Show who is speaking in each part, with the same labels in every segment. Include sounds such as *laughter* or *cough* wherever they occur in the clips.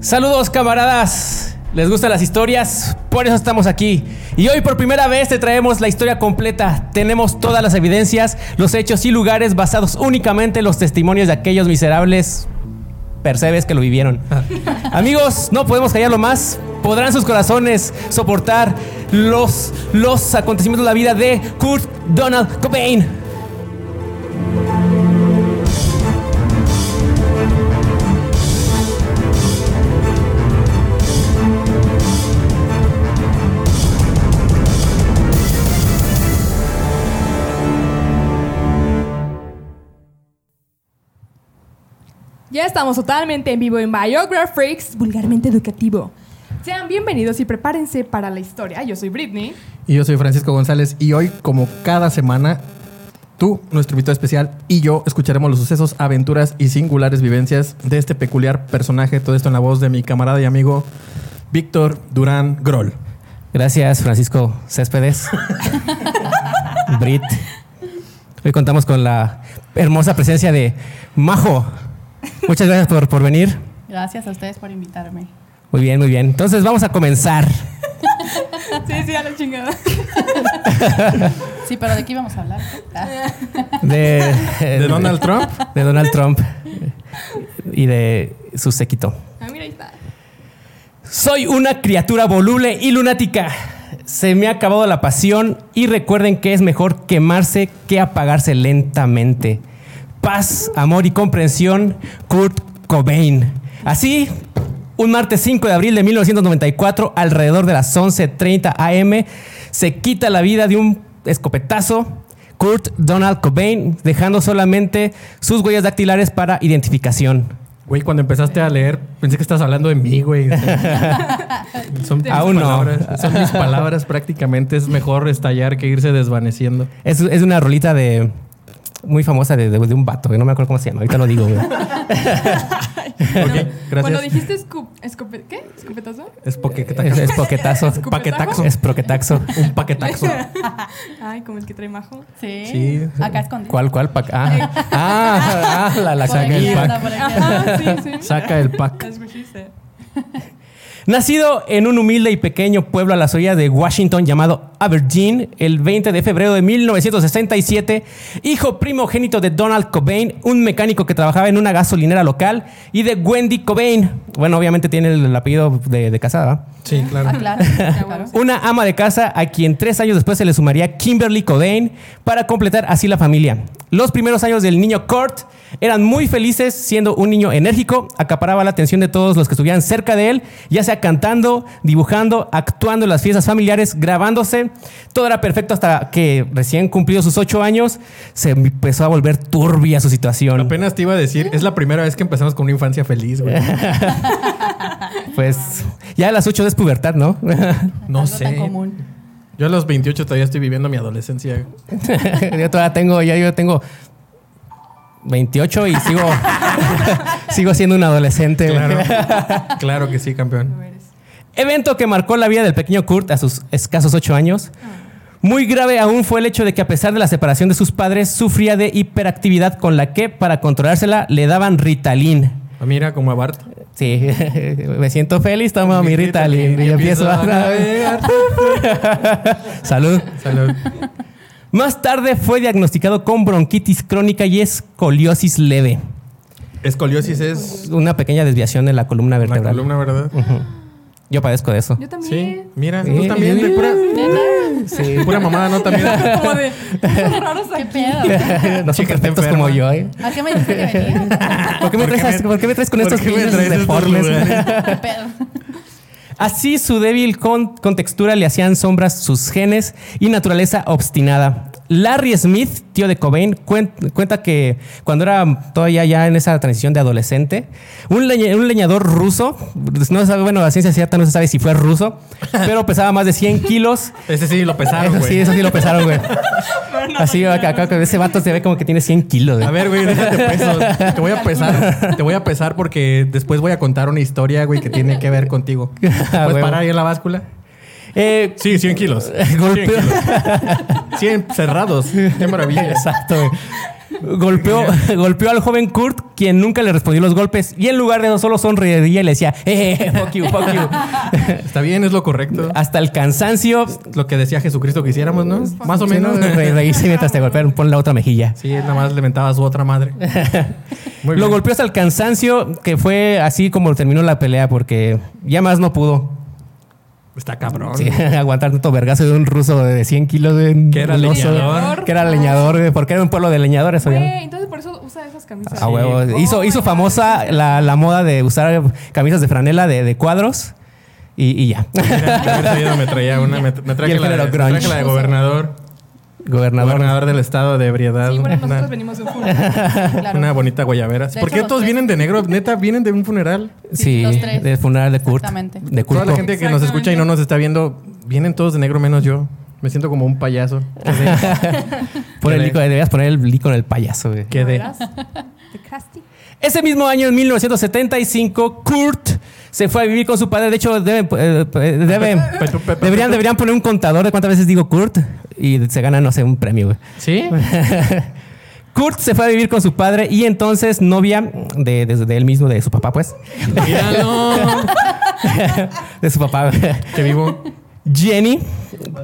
Speaker 1: Saludos camaradas, les gustan las historias, por eso estamos aquí. Y hoy por primera vez te traemos la historia completa. Tenemos todas las evidencias, los hechos y lugares basados únicamente en los testimonios de aquellos miserables percebes que lo vivieron. Amigos, no podemos callarlo más. Podrán sus corazones soportar los, los acontecimientos de la vida de Kurt Donald Cobain.
Speaker 2: Ya estamos totalmente en vivo en Biograph Freaks, vulgarmente educativo. Sean bienvenidos y prepárense para la historia. Yo soy Britney.
Speaker 3: Y yo soy Francisco González y hoy, como cada semana, tú, nuestro invitado especial, y yo escucharemos los sucesos, aventuras y singulares vivencias de este peculiar personaje. Todo esto en la voz de mi camarada y amigo Víctor Durán Groll.
Speaker 1: Gracias, Francisco
Speaker 3: *laughs*
Speaker 1: Céspedes. Brit. Hoy contamos con la hermosa presencia de Majo. Muchas gracias por, por venir.
Speaker 4: Gracias a ustedes por invitarme.
Speaker 1: Muy bien, muy bien. Entonces vamos a comenzar.
Speaker 2: Sí, sí, a la chingada.
Speaker 4: Sí, pero ¿de qué íbamos a hablar? Ah,
Speaker 1: De,
Speaker 3: ¿De *laughs* Donald Trump?
Speaker 1: de Donald Trump y de su séquito.
Speaker 2: Ah, mira, ahí está.
Speaker 1: Soy una criatura voluble y lunática. Se me ha acabado la pasión y recuerden que es mejor quemarse que apagarse lentamente. Paz, amor y comprensión, Kurt Cobain. Así, un martes 5 de abril de 1994, alrededor de las 11.30 am, se quita la vida de un escopetazo Kurt Donald Cobain, dejando solamente sus huellas dactilares para identificación.
Speaker 3: Güey, cuando empezaste a leer, pensé que estabas hablando de mí, *laughs* güey. Son mis
Speaker 1: Aún no.
Speaker 3: palabras, Son mis palabras prácticamente. Es mejor estallar que irse desvaneciendo.
Speaker 1: Es, es una rolita de. Muy famosa de, de- de un vato, que no me acuerdo cómo se llama. Ahorita lo digo, güey.
Speaker 3: Ok,
Speaker 2: Cuando
Speaker 3: gracias.
Speaker 2: dijiste escu- escope- ¿qué? ¿Escopetazo?
Speaker 3: *laughs* Es porque que
Speaker 1: Es, es poquetazo.
Speaker 2: ¿Paquetaxo?
Speaker 1: Es proquetaxo.
Speaker 3: Un
Speaker 4: *laughs*
Speaker 3: paquetaxo.
Speaker 2: *laughs* Ay, como el que trae majo.
Speaker 4: sí.
Speaker 3: Sí.
Speaker 4: Acá escondido.
Speaker 1: ¿Cuál, cuál? Pa- ah, ah, ah, la, la
Speaker 4: Por aquí
Speaker 1: cagué.
Speaker 4: anda, por aquí anda.
Speaker 2: Ajá, sí,
Speaker 1: *laughs*
Speaker 2: sí.
Speaker 3: Saca el pack.
Speaker 2: That's what she said.
Speaker 1: Nacido en un humilde y pequeño pueblo a las orillas de Washington llamado Aberdeen el 20 de febrero de 1967, hijo primogénito de Donald Cobain, un mecánico que trabajaba en una gasolinera local, y de Wendy Cobain. Bueno, obviamente tiene el, el apellido de, de casada. ¿verdad?
Speaker 3: Sí, claro.
Speaker 4: Ah, claro.
Speaker 3: *laughs*
Speaker 4: claro.
Speaker 1: Una ama de casa a quien tres años después se le sumaría Kimberly Codain para completar así la familia. Los primeros años del niño Kurt eran muy felices, siendo un niño enérgico, acaparaba la atención de todos los que estuvieran cerca de él, ya sea cantando, dibujando, actuando en las fiestas familiares, grabándose. Todo era perfecto hasta que recién cumplidos sus ocho años se empezó a volver turbia su situación.
Speaker 3: Apenas te iba a decir, es la primera vez que empezamos con una infancia feliz, *laughs* güey.
Speaker 1: Pues ya a las ocho es pubertad, ¿no?
Speaker 3: No
Speaker 4: Algo
Speaker 3: sé.
Speaker 4: tan común.
Speaker 3: Yo a los 28 todavía estoy viviendo mi adolescencia.
Speaker 1: *laughs* yo todavía tengo, ya yo tengo 28 y sigo, *laughs* sigo siendo un adolescente. güey. *laughs*
Speaker 3: Claro. claro que sí,
Speaker 2: No
Speaker 3: campeón.
Speaker 2: eres.
Speaker 1: Evento que marcó la vida del pequeño Kurt a sus escasos 8 años. Muy grave aún fue el hecho de que a pesar de la separación de sus padres, sufría de hiperactividad con la que, para controlársela, le daban Ritalin.
Speaker 3: Ah, Mira como a Bart.
Speaker 1: Sí, *laughs* me siento feliz, tomo mi Ritalin y empiezo a
Speaker 3: navegar.
Speaker 1: *laughs* Salud.
Speaker 3: Salud.
Speaker 1: Más tarde fue diagnosticado con bronquitis crónica y escoliosis leve.
Speaker 3: Escoliosis es
Speaker 1: una pequeña desviación en la columna
Speaker 3: la
Speaker 1: vertebral.
Speaker 3: columna, ¿verdad?
Speaker 1: Yo padezco de eso.
Speaker 2: Yo
Speaker 3: Sí.
Speaker 2: también.
Speaker 3: Mira,
Speaker 1: Sí.
Speaker 3: tú también de pura,
Speaker 1: *laughs* Sí.
Speaker 3: pura mamada, ¿no? También.
Speaker 2: *laughs* Como de, son raros
Speaker 4: ¿Qué
Speaker 2: aquí.
Speaker 4: pedo?
Speaker 1: no son
Speaker 3: Chica, está
Speaker 1: perfectos como
Speaker 3: enferma.
Speaker 1: yo, ¿eh?
Speaker 4: ¿A qué me dijiste
Speaker 3: *laughs*
Speaker 4: que venía?
Speaker 1: ¿Por qué me,
Speaker 3: ¿Por qué
Speaker 1: traes,
Speaker 3: me-
Speaker 1: por qué me traes con
Speaker 3: ¿por
Speaker 1: estos
Speaker 3: qué me
Speaker 1: niños
Speaker 3: traes a estos
Speaker 1: deformes?
Speaker 3: lugares?
Speaker 4: ¿Qué pedo?
Speaker 1: Así su débil con- contextura le hacían sombras sus genes y naturaleza obstinada. Larry Smith, tío de Cobain, cuen- cuenta que cuando era todavía ya en esa transición de adolescente, un, leñe- un leñador ruso, no sabe, bueno, la ciencia cierta no se sabe si fue
Speaker 3: *laughs*
Speaker 1: ruso, pero pesaba más de 100 kilos.
Speaker 3: Ese sí lo pesaron,
Speaker 1: Eso
Speaker 3: güey.
Speaker 1: sí, eso sí lo pesaron, güey.
Speaker 2: *laughs* Pero no,
Speaker 1: Así,
Speaker 2: no,
Speaker 1: acá, acá, acá, ese vato se ve como que tiene 100 kilos. güey.
Speaker 3: A ver, güey, déjate peso. Te voy a pesar. Te voy a pesar porque después voy a contar una historia, güey, que tiene que ver contigo. ¿Puedes
Speaker 1: *laughs* Ah, huevo.
Speaker 3: parar ahí en la báscula?
Speaker 1: Eh,
Speaker 3: Sí, 100 kilos.
Speaker 1: golpeó-
Speaker 3: 100 cerrados. Qué maravilla.
Speaker 1: *laughs* Exacto, güey. Golpeó, *laughs* golpeó al joven Kurt, quien nunca le respondió los golpes, y en lugar de eso solo sonreiría y le decía, eh, fuck you, fuck
Speaker 3: *laughs*
Speaker 1: you.
Speaker 3: Está bien, es lo correcto.
Speaker 1: Hasta el cansancio,
Speaker 3: Lo que decía Jesucristo que hiciéramos, ¿no? Más o
Speaker 1: Pues, Sí, ¿no?
Speaker 3: menos.
Speaker 1: Re- reírse mientras te golpearon, pon la otra mejilla.
Speaker 3: *laughs* Sí, él nada más le mentaba a su otra
Speaker 1: *laughs*
Speaker 3: madre.
Speaker 1: Lo
Speaker 3: Muy bien.
Speaker 1: golpeó hasta el cansancio, que fue así como terminó la pelea, porque ya más no pudo.
Speaker 3: Está cabrón.
Speaker 1: Sí, *laughs* aguantar tanto vergazo de un ruso de 100 kilos. De un
Speaker 3: Que era
Speaker 1: oso,
Speaker 3: leñador.
Speaker 1: Que era leñador, güey, porque era un pueblo de leñadores,
Speaker 2: Güey,
Speaker 1: obviamente.
Speaker 2: entonces por eso usa esas camisas.
Speaker 1: A huevo.
Speaker 2: Oh
Speaker 1: hizo
Speaker 2: my
Speaker 1: hizo
Speaker 2: God.
Speaker 1: famosa la, la moda de usar camisas de franela de, de cuadros y, y ya.
Speaker 3: Mira, yo hubiera sabido, me traía una, me, me
Speaker 1: Y
Speaker 3: traje
Speaker 1: el
Speaker 3: la, de-
Speaker 1: género
Speaker 3: me
Speaker 1: grunge.
Speaker 3: traje la de gobernador.
Speaker 1: Gobernador.
Speaker 3: Gobernador del estado de ebriedad.
Speaker 2: Sí, bueno, nosotros
Speaker 3: una,
Speaker 2: venimos de un funeral.
Speaker 4: Claro.
Speaker 3: una bonita guayabera.
Speaker 4: De
Speaker 3: ¿Por
Speaker 4: hecho,
Speaker 3: qué
Speaker 4: los
Speaker 3: todos
Speaker 4: tres.
Speaker 3: vienen de negro? Neta, vienen de un funeral.
Speaker 1: Sí,
Speaker 4: los tres.
Speaker 1: del funeral de Kurt.
Speaker 4: Exactamente.
Speaker 1: De Kurt.
Speaker 3: Toda la gente que nos escucha y no nos está viendo, vienen todos de negro menos yo. Me siento como un payaso.
Speaker 1: *laughs* Pon el icono- debías poner el icono del payaso, güey.
Speaker 3: Que de...
Speaker 2: ¿Verás? Te casti.
Speaker 1: Ese mismo año, en 1975, Kurt se fue a vivir con su padre. De hecho, debe, eh, eh, debe- deberían, deberían poner un contador de cuántas veces digo Kurt y se gana, no sé, un premio. güey.
Speaker 3: ¿Sí?
Speaker 1: *laughs* Kurt se fue a vivir con su padre y entonces novia de, de- de él mismo, de su papá, pues.
Speaker 3: Míralo.
Speaker 1: De su papá, *laughs* güey.
Speaker 3: Que vivo.
Speaker 1: Jenny,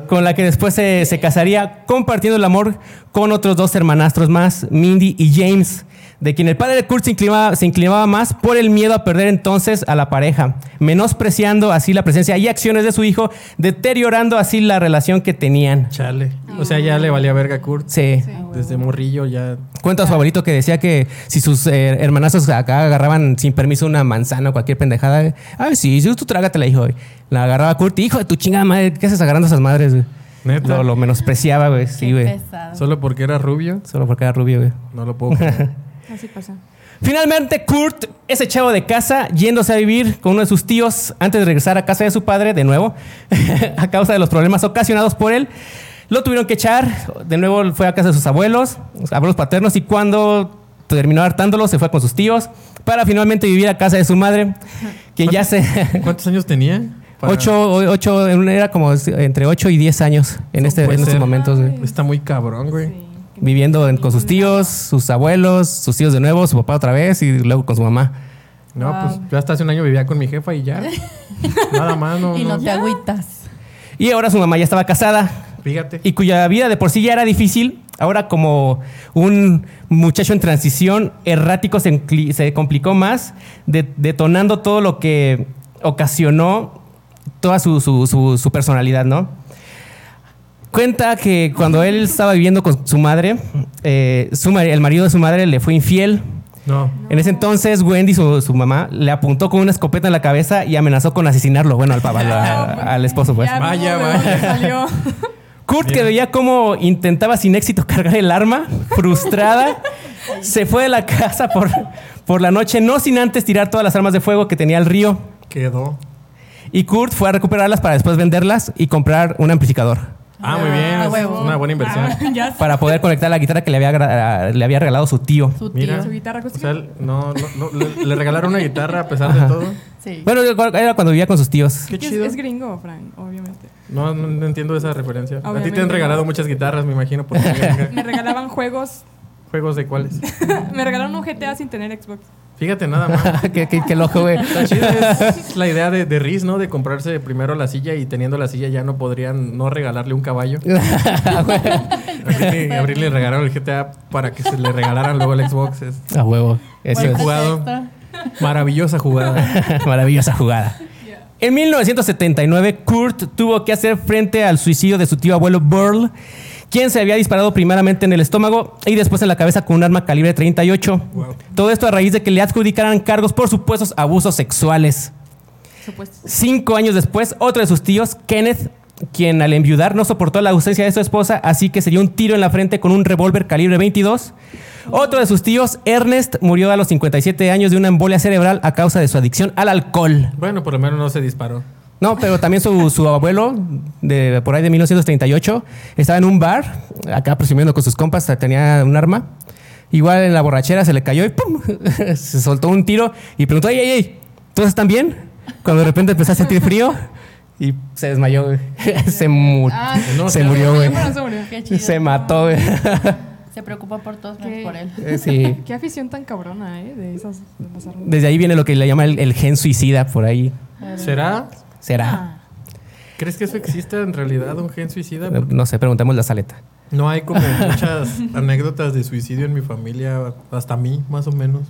Speaker 1: con la que después se, se casaría, compartiendo el amor con otros dos hermanastros más, Mindy y James, de quien el padre de Kurt se inclinaba, se inclinaba más por el miedo a perder entonces a la pareja, menospreciando así la presencia y acciones de su hijo, deteriorando así la relación que tenían.
Speaker 3: Chale. O sea, ya le valía verga a Kurt.
Speaker 1: Sí.
Speaker 4: Ah,
Speaker 3: Desde morrillo ya...
Speaker 1: Cuenta su abuelito que decía que si sus eh, hermanastros acá agarraban sin permiso una manzana o cualquier pendejada, ay, sí, sí, tú trágatela, hijo. La agarraba Kurt, hijo de tu chingada madre, ¿qué haces agarrando esas madres? güey?
Speaker 3: Neta.
Speaker 1: Lo, lo menospreciaba, güey,
Speaker 4: Qué
Speaker 1: sí, güey.
Speaker 4: pesado.
Speaker 3: Solo porque era rubio,
Speaker 1: Solo porque era rubio, güey.
Speaker 3: no lo puedo creer.
Speaker 2: Así pasa.
Speaker 1: Finalmente, Kurt es echado de casa yéndose a vivir con uno de sus tíos antes de regresar a casa de su padre de nuevo, *laughs* a causa de los problemas ocasionados por él. Lo tuvieron que echar, de nuevo fue a casa de sus abuelos, sus abuelos paternos, y cuando terminó hartándolo, se fue con sus tíos para finalmente vivir a casa de su madre, quien ya se...
Speaker 3: *laughs*
Speaker 1: *laughs*
Speaker 3: ¿Cuántos años tenía? Para-
Speaker 1: Ocho, o- ocho, era como entre 8 y 10 años en, este, en
Speaker 3: puede
Speaker 1: estos
Speaker 3: ser.
Speaker 1: momentos. güey.
Speaker 3: Está muy cabrón, güey.
Speaker 2: *laughs*
Speaker 1: Viviendo en- con sus tíos, sus abuelos, sus tíos de nuevo, su papá otra vez y luego con su mamá.
Speaker 3: No,
Speaker 4: Wow.
Speaker 3: pues yo hasta hace un año vivía con mi jefa
Speaker 2: *laughs*
Speaker 3: y ya. Nada más, no.
Speaker 4: Y no
Speaker 3: no.
Speaker 4: te agüitas.
Speaker 1: Y ahora su mamá ya estaba casada
Speaker 3: Fíjate.
Speaker 1: y cuya vida de por sí ya era difícil. Ahora como un muchacho en transición errático se, encli- se complicó más, de- detonando todo lo que ocasionó toda su, su- su- su personalidad, ¿no? Cuenta que cuando él estaba viviendo con su madre, eh, su mari- el marido de su madre le fue infiel.
Speaker 3: No.
Speaker 1: En ese entonces, Wendy, su, su mamá, le apuntó con una escopeta en la cabeza y amenazó con asesinarlo. Bueno, al, papá, al- al esposo, pues.
Speaker 2: Ya
Speaker 3: Vaya,
Speaker 2: vimos de
Speaker 3: vaya.
Speaker 2: dónde salió.
Speaker 1: Kurt, que veía cómo intentaba sin éxito *laughs* cargar el arma, frustrada, se fue de la casa por, por la noche, no sin antes tirar todas las armas de fuego que tenía el río.
Speaker 3: Quedó.
Speaker 1: Y Kurt fue a recuperarlas para después venderlas y comprar un amplificador
Speaker 3: Ah, muy bien.
Speaker 4: Ah,
Speaker 3: es
Speaker 4: huevo.
Speaker 3: una buena inversión.
Speaker 2: Ah, ya sé.
Speaker 1: para poder conectar la guitarra que le había, gra- le había regalado su tío.
Speaker 4: Su tío.
Speaker 3: Mira.
Speaker 2: Su guitarra
Speaker 3: O
Speaker 2: acústica.
Speaker 3: sea, no, no, no, le, le regalaron una guitarra a pesar de todo.
Speaker 4: Sí.
Speaker 3: Pues,
Speaker 1: Bueno, era cuando vivía con sus tíos. *laughs*
Speaker 3: Qué
Speaker 2: Que es,
Speaker 3: chido.
Speaker 2: es gringo, Fran, obviamente.
Speaker 3: No, no, no entiendo esa referencia. A ti te
Speaker 2: Obviamente
Speaker 3: han
Speaker 2: no.
Speaker 3: regalado muchas guitarras, me
Speaker 2: *laughs*
Speaker 3: imagino. Porque
Speaker 2: Me regalaban *laughs* juegos.
Speaker 3: ¿Juegos de cuáles?
Speaker 2: Me regalaron un GTA sin tener Xbox.
Speaker 3: Fíjate, nada más.
Speaker 1: qué, qué- qué loco, güey.
Speaker 3: Está
Speaker 1: *laughs*
Speaker 3: chido, es la idea de, de Riz, ¿no? De comprarse primero la silla y teniendo la silla ya no podrían no regalarle
Speaker 2: *laughs*
Speaker 3: un caballo. abrirle, abrirle regalaron el GTA para que se le regalaran luego el Xbox. Es
Speaker 1: A huevo. Eso
Speaker 3: Bueno,
Speaker 1: es.
Speaker 3: jugado.
Speaker 4: Extra.
Speaker 3: maravillosa jugada.
Speaker 1: *laughs* Maravillosa jugada. En 1979, Kurt tuvo que hacer frente al suicidio de su tío abuelo Burl, quien se había disparado primeramente en el estómago y después en la cabeza con un arma calibre 38.
Speaker 3: Wow.
Speaker 1: Todo esto a raíz de que le adjudicaran cargos por supuestos abusos sexuales.
Speaker 2: Supuesto.
Speaker 1: Cinco años después, otro de sus tíos, Kenneth, quien al enviudar no soportó la ausencia de su esposa, así que se dio un tiro en la frente con un revólver calibre 22. Otro de sus tíos, Ernest, murió a los 57 años de una embolia cerebral a causa de su adicción al alcohol.
Speaker 3: Bueno, por lo menos no se disparó.
Speaker 1: No, pero también su, su abuelo, de por ahí de 1938, estaba en un bar, acá presumiendo con sus compas, tenía un arma. Igual en la borrachera se le cayó y ¡pum! *laughs* se soltó un tiro y preguntó, ¡Ey, ey, ey! ¿Todos están bien? Cuando de repente empezó a sentir frío y se desmayó, güey. *laughs* se, mu-
Speaker 4: Ah,
Speaker 3: No,
Speaker 1: se
Speaker 3: se
Speaker 1: murió, güey.
Speaker 2: Bueno, se murió.
Speaker 4: Qué chido.
Speaker 1: Se mató, güey.
Speaker 4: Se, Se preocupa por todos menos
Speaker 2: ¿Qué?
Speaker 4: por él.
Speaker 1: Eh, Sí.
Speaker 2: Qué afición tan cabrona, ¿eh? De esas de las armas.
Speaker 1: Desde ahí viene lo que le llama el, el gen suicida por ahí.
Speaker 3: ¿Será?
Speaker 1: Será.
Speaker 4: Ah,
Speaker 3: ¿Crees que eso exista en realidad, un gen suicida?
Speaker 1: No sé, preguntamos la saleta.
Speaker 3: No hay como
Speaker 2: *laughs*
Speaker 3: muchas anécdotas de suicidio en mi familia, hasta a mí, más o menos.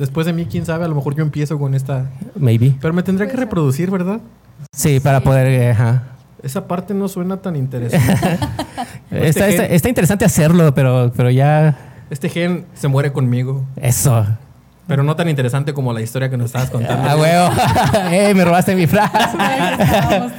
Speaker 3: Después de mí, quién sabe, a lo mejor yo empiezo con esta.
Speaker 1: Maybe.
Speaker 3: Pero me tendría que
Speaker 2: Puede ser.
Speaker 3: reproducir, ¿verdad?
Speaker 1: Sí, para poder. eh, ajá.
Speaker 3: Esa parte no suena tan
Speaker 2: *laughs*
Speaker 3: interesante. Este
Speaker 1: Está,
Speaker 3: gen-
Speaker 1: está- está interesante hacerlo, pero, pero ya.
Speaker 3: Este gen se muere conmigo,
Speaker 1: Eso.
Speaker 3: pero no tan interesante como la historia que nos estabas contando.
Speaker 1: *laughs* ¡Ah, huevo! *laughs* ¡Ey, me robaste mi
Speaker 4: *laughs*
Speaker 1: frase!
Speaker 4: vamos.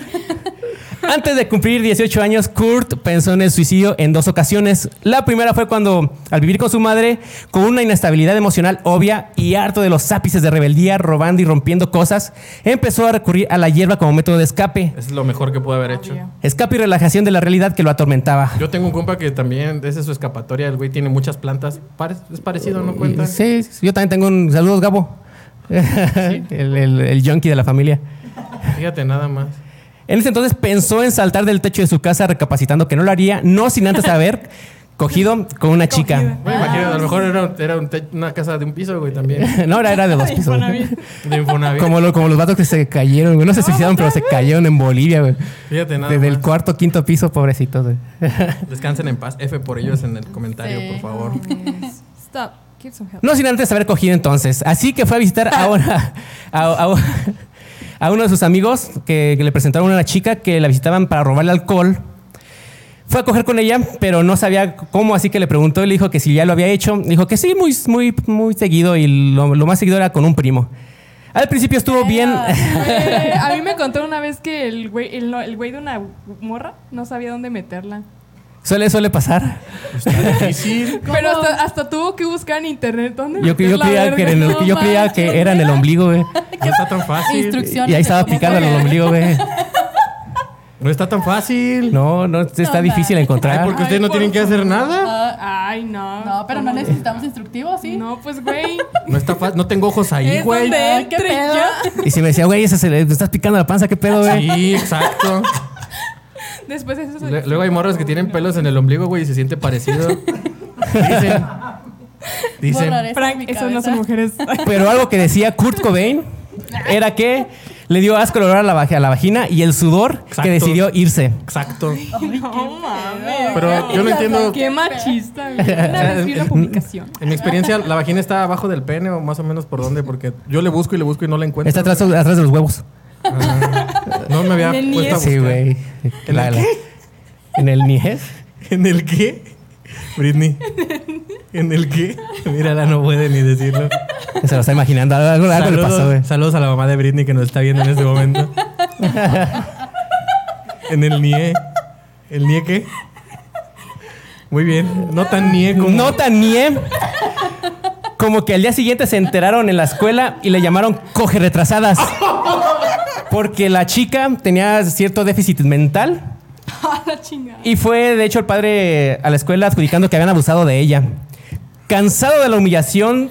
Speaker 1: Antes de cumplir 18 años, Kurt pensó en el suicidio en dos ocasiones. La primera fue cuando, al vivir con su madre, con una inestabilidad emocional obvia y harto de los ápices de rebeldía, robando y rompiendo cosas, empezó a recurrir a la hierba como método de escape.
Speaker 3: Es lo mejor que pude haber hecho.
Speaker 2: Obvio.
Speaker 1: Escape y relajación de la realidad que lo atormentaba.
Speaker 3: Yo tengo un compa que también, esa es su escapatoria, el güey tiene muchas plantas. Pare- es parecido, ¿no cuenta?
Speaker 1: Sí, sí, yo también tengo un... Saludos, Gabo. *laughs* el, el, el junkie de la familia.
Speaker 3: Fíjate nada más.
Speaker 1: En ese entonces pensó en saltar del techo de su casa recapacitando que no lo haría, no sin *laughs* antes haber cogido con una chica.
Speaker 3: Bueno, imagínate, a lo mejor era, era un te- una casa de un piso, güey,
Speaker 1: *laughs*
Speaker 3: también.
Speaker 1: No, era, era de dos pisos.
Speaker 3: De
Speaker 1: *laughs*
Speaker 3: Infonavit.
Speaker 1: Como, lo- como los vatos que se cayeron, güey. No se suicidaron, pero se cayeron en Bolivia, güey.
Speaker 3: Fíjate nada
Speaker 1: Desde el
Speaker 3: más.
Speaker 1: cuarto, quinto piso, pobrecitos, güey.
Speaker 3: Descansen en paz. F por ellos en el comentario,
Speaker 4: Sí.
Speaker 3: por
Speaker 2: *laughs*
Speaker 3: favor.
Speaker 2: Stop. Give some help.
Speaker 1: No sin antes haber cogido entonces. Así que fue a visitar
Speaker 2: Ah.
Speaker 1: a, una- a, a- a uno de sus amigos que, que le presentaron a una chica que la visitaban para robarle alcohol. Fue a coger con ella, pero no sabía cómo, así que le preguntó y le dijo que si ya lo había hecho. Le Dijo que sí, muy, muy, muy seguido y lo, lo más seguido era con un primo. Al principio estuvo bien. *laughs*
Speaker 2: Eh, a mí me contó una vez que el güey, el, no- el güey de una morra no sabía dónde meterla.
Speaker 1: Suele, suele pasar.
Speaker 3: Está difícil.
Speaker 2: Pero hasta, hasta tuvo que buscar en internet dónde
Speaker 1: Yo, yo,
Speaker 2: meter la
Speaker 1: creía,
Speaker 2: verga.
Speaker 1: que era en el-
Speaker 2: No
Speaker 1: yo creía
Speaker 2: manches.
Speaker 1: que era en el ombligo, güey.
Speaker 3: No está tan fácil.
Speaker 4: Instrucciones.
Speaker 1: Y ahí estaba
Speaker 4: de cómo
Speaker 1: picando en el
Speaker 4: comer.
Speaker 1: ombligo, güey.
Speaker 3: No está tan fácil.
Speaker 1: No, no, está
Speaker 4: No,
Speaker 1: difícil
Speaker 4: man.
Speaker 1: encontrar.
Speaker 3: Ay, porque ustedes
Speaker 2: Ay,
Speaker 3: no
Speaker 2: por
Speaker 3: tienen que hacer nada.
Speaker 2: Ah, Ay, no.
Speaker 4: No,
Speaker 3: *laughs*
Speaker 4: pero no
Speaker 2: ¿Cómo?
Speaker 4: necesitamos instructivos, ¿sí?
Speaker 2: No, pues güey.
Speaker 3: No está fácil. No tengo ojos ahí,
Speaker 2: Es
Speaker 3: güey.
Speaker 2: donde
Speaker 4: Ay, qué
Speaker 2: entre
Speaker 4: pedo.
Speaker 2: yo.
Speaker 1: Y si me decía, güey, esa se le, me estás picando la panza, ¿qué pedo, güey?
Speaker 3: Sí, exacto.
Speaker 2: *laughs* Después de eso. soy-
Speaker 3: Le- luego hay morros que tienen pelos en el ombligo, güey, y se siente parecido. Dicen. Dicen.
Speaker 4: Borrar eso de
Speaker 2: Frank,
Speaker 4: mi
Speaker 2: eso no son *laughs*
Speaker 4: cabeza.
Speaker 2: mujeres.
Speaker 1: Pero algo que decía Kurt Cobain era que le dio asco el olor a la, vag- a la vagina y el sudor que
Speaker 3: Exacto.
Speaker 1: decidió irse.
Speaker 3: Exacto.
Speaker 2: No mames.
Speaker 3: Pero yo no entiendo.
Speaker 2: Qué machista,
Speaker 3: *laughs*
Speaker 2: güey. Una vez vi una publicación.
Speaker 3: En mi experiencia, la vagina está abajo del pene o más o menos por dónde, porque yo le busco y le busco y no la encuentro.
Speaker 1: Está atrás, atrás de los huevos.
Speaker 3: Ah, no me había
Speaker 2: En el
Speaker 3: puesto a buscar.
Speaker 1: Sí, güey.
Speaker 3: ¿En
Speaker 1: La-
Speaker 3: el
Speaker 1: la-
Speaker 3: qué?
Speaker 1: ¿En el niés?
Speaker 3: ¿En el qué? Britney. ¿En el qué? Mírala, no puede ni decirlo.
Speaker 1: Se lo está imaginando. Algo, algo le pasó, güey.
Speaker 3: Saludos, saludos a la mamá de Britney que nos está viendo en este momento. en el NIE. ¿El NIE qué? Muy bien. No tan NIE como.
Speaker 1: No tan nie. Como que al día siguiente se enteraron en la escuela y le llamaron coge retrasadas. Porque la chica tenía cierto déficit mental.
Speaker 2: A *laughs* la chingada.
Speaker 1: Y fue, de hecho, el padre a la escuela adjudicando que habían abusado de ella. Cansado de la humillación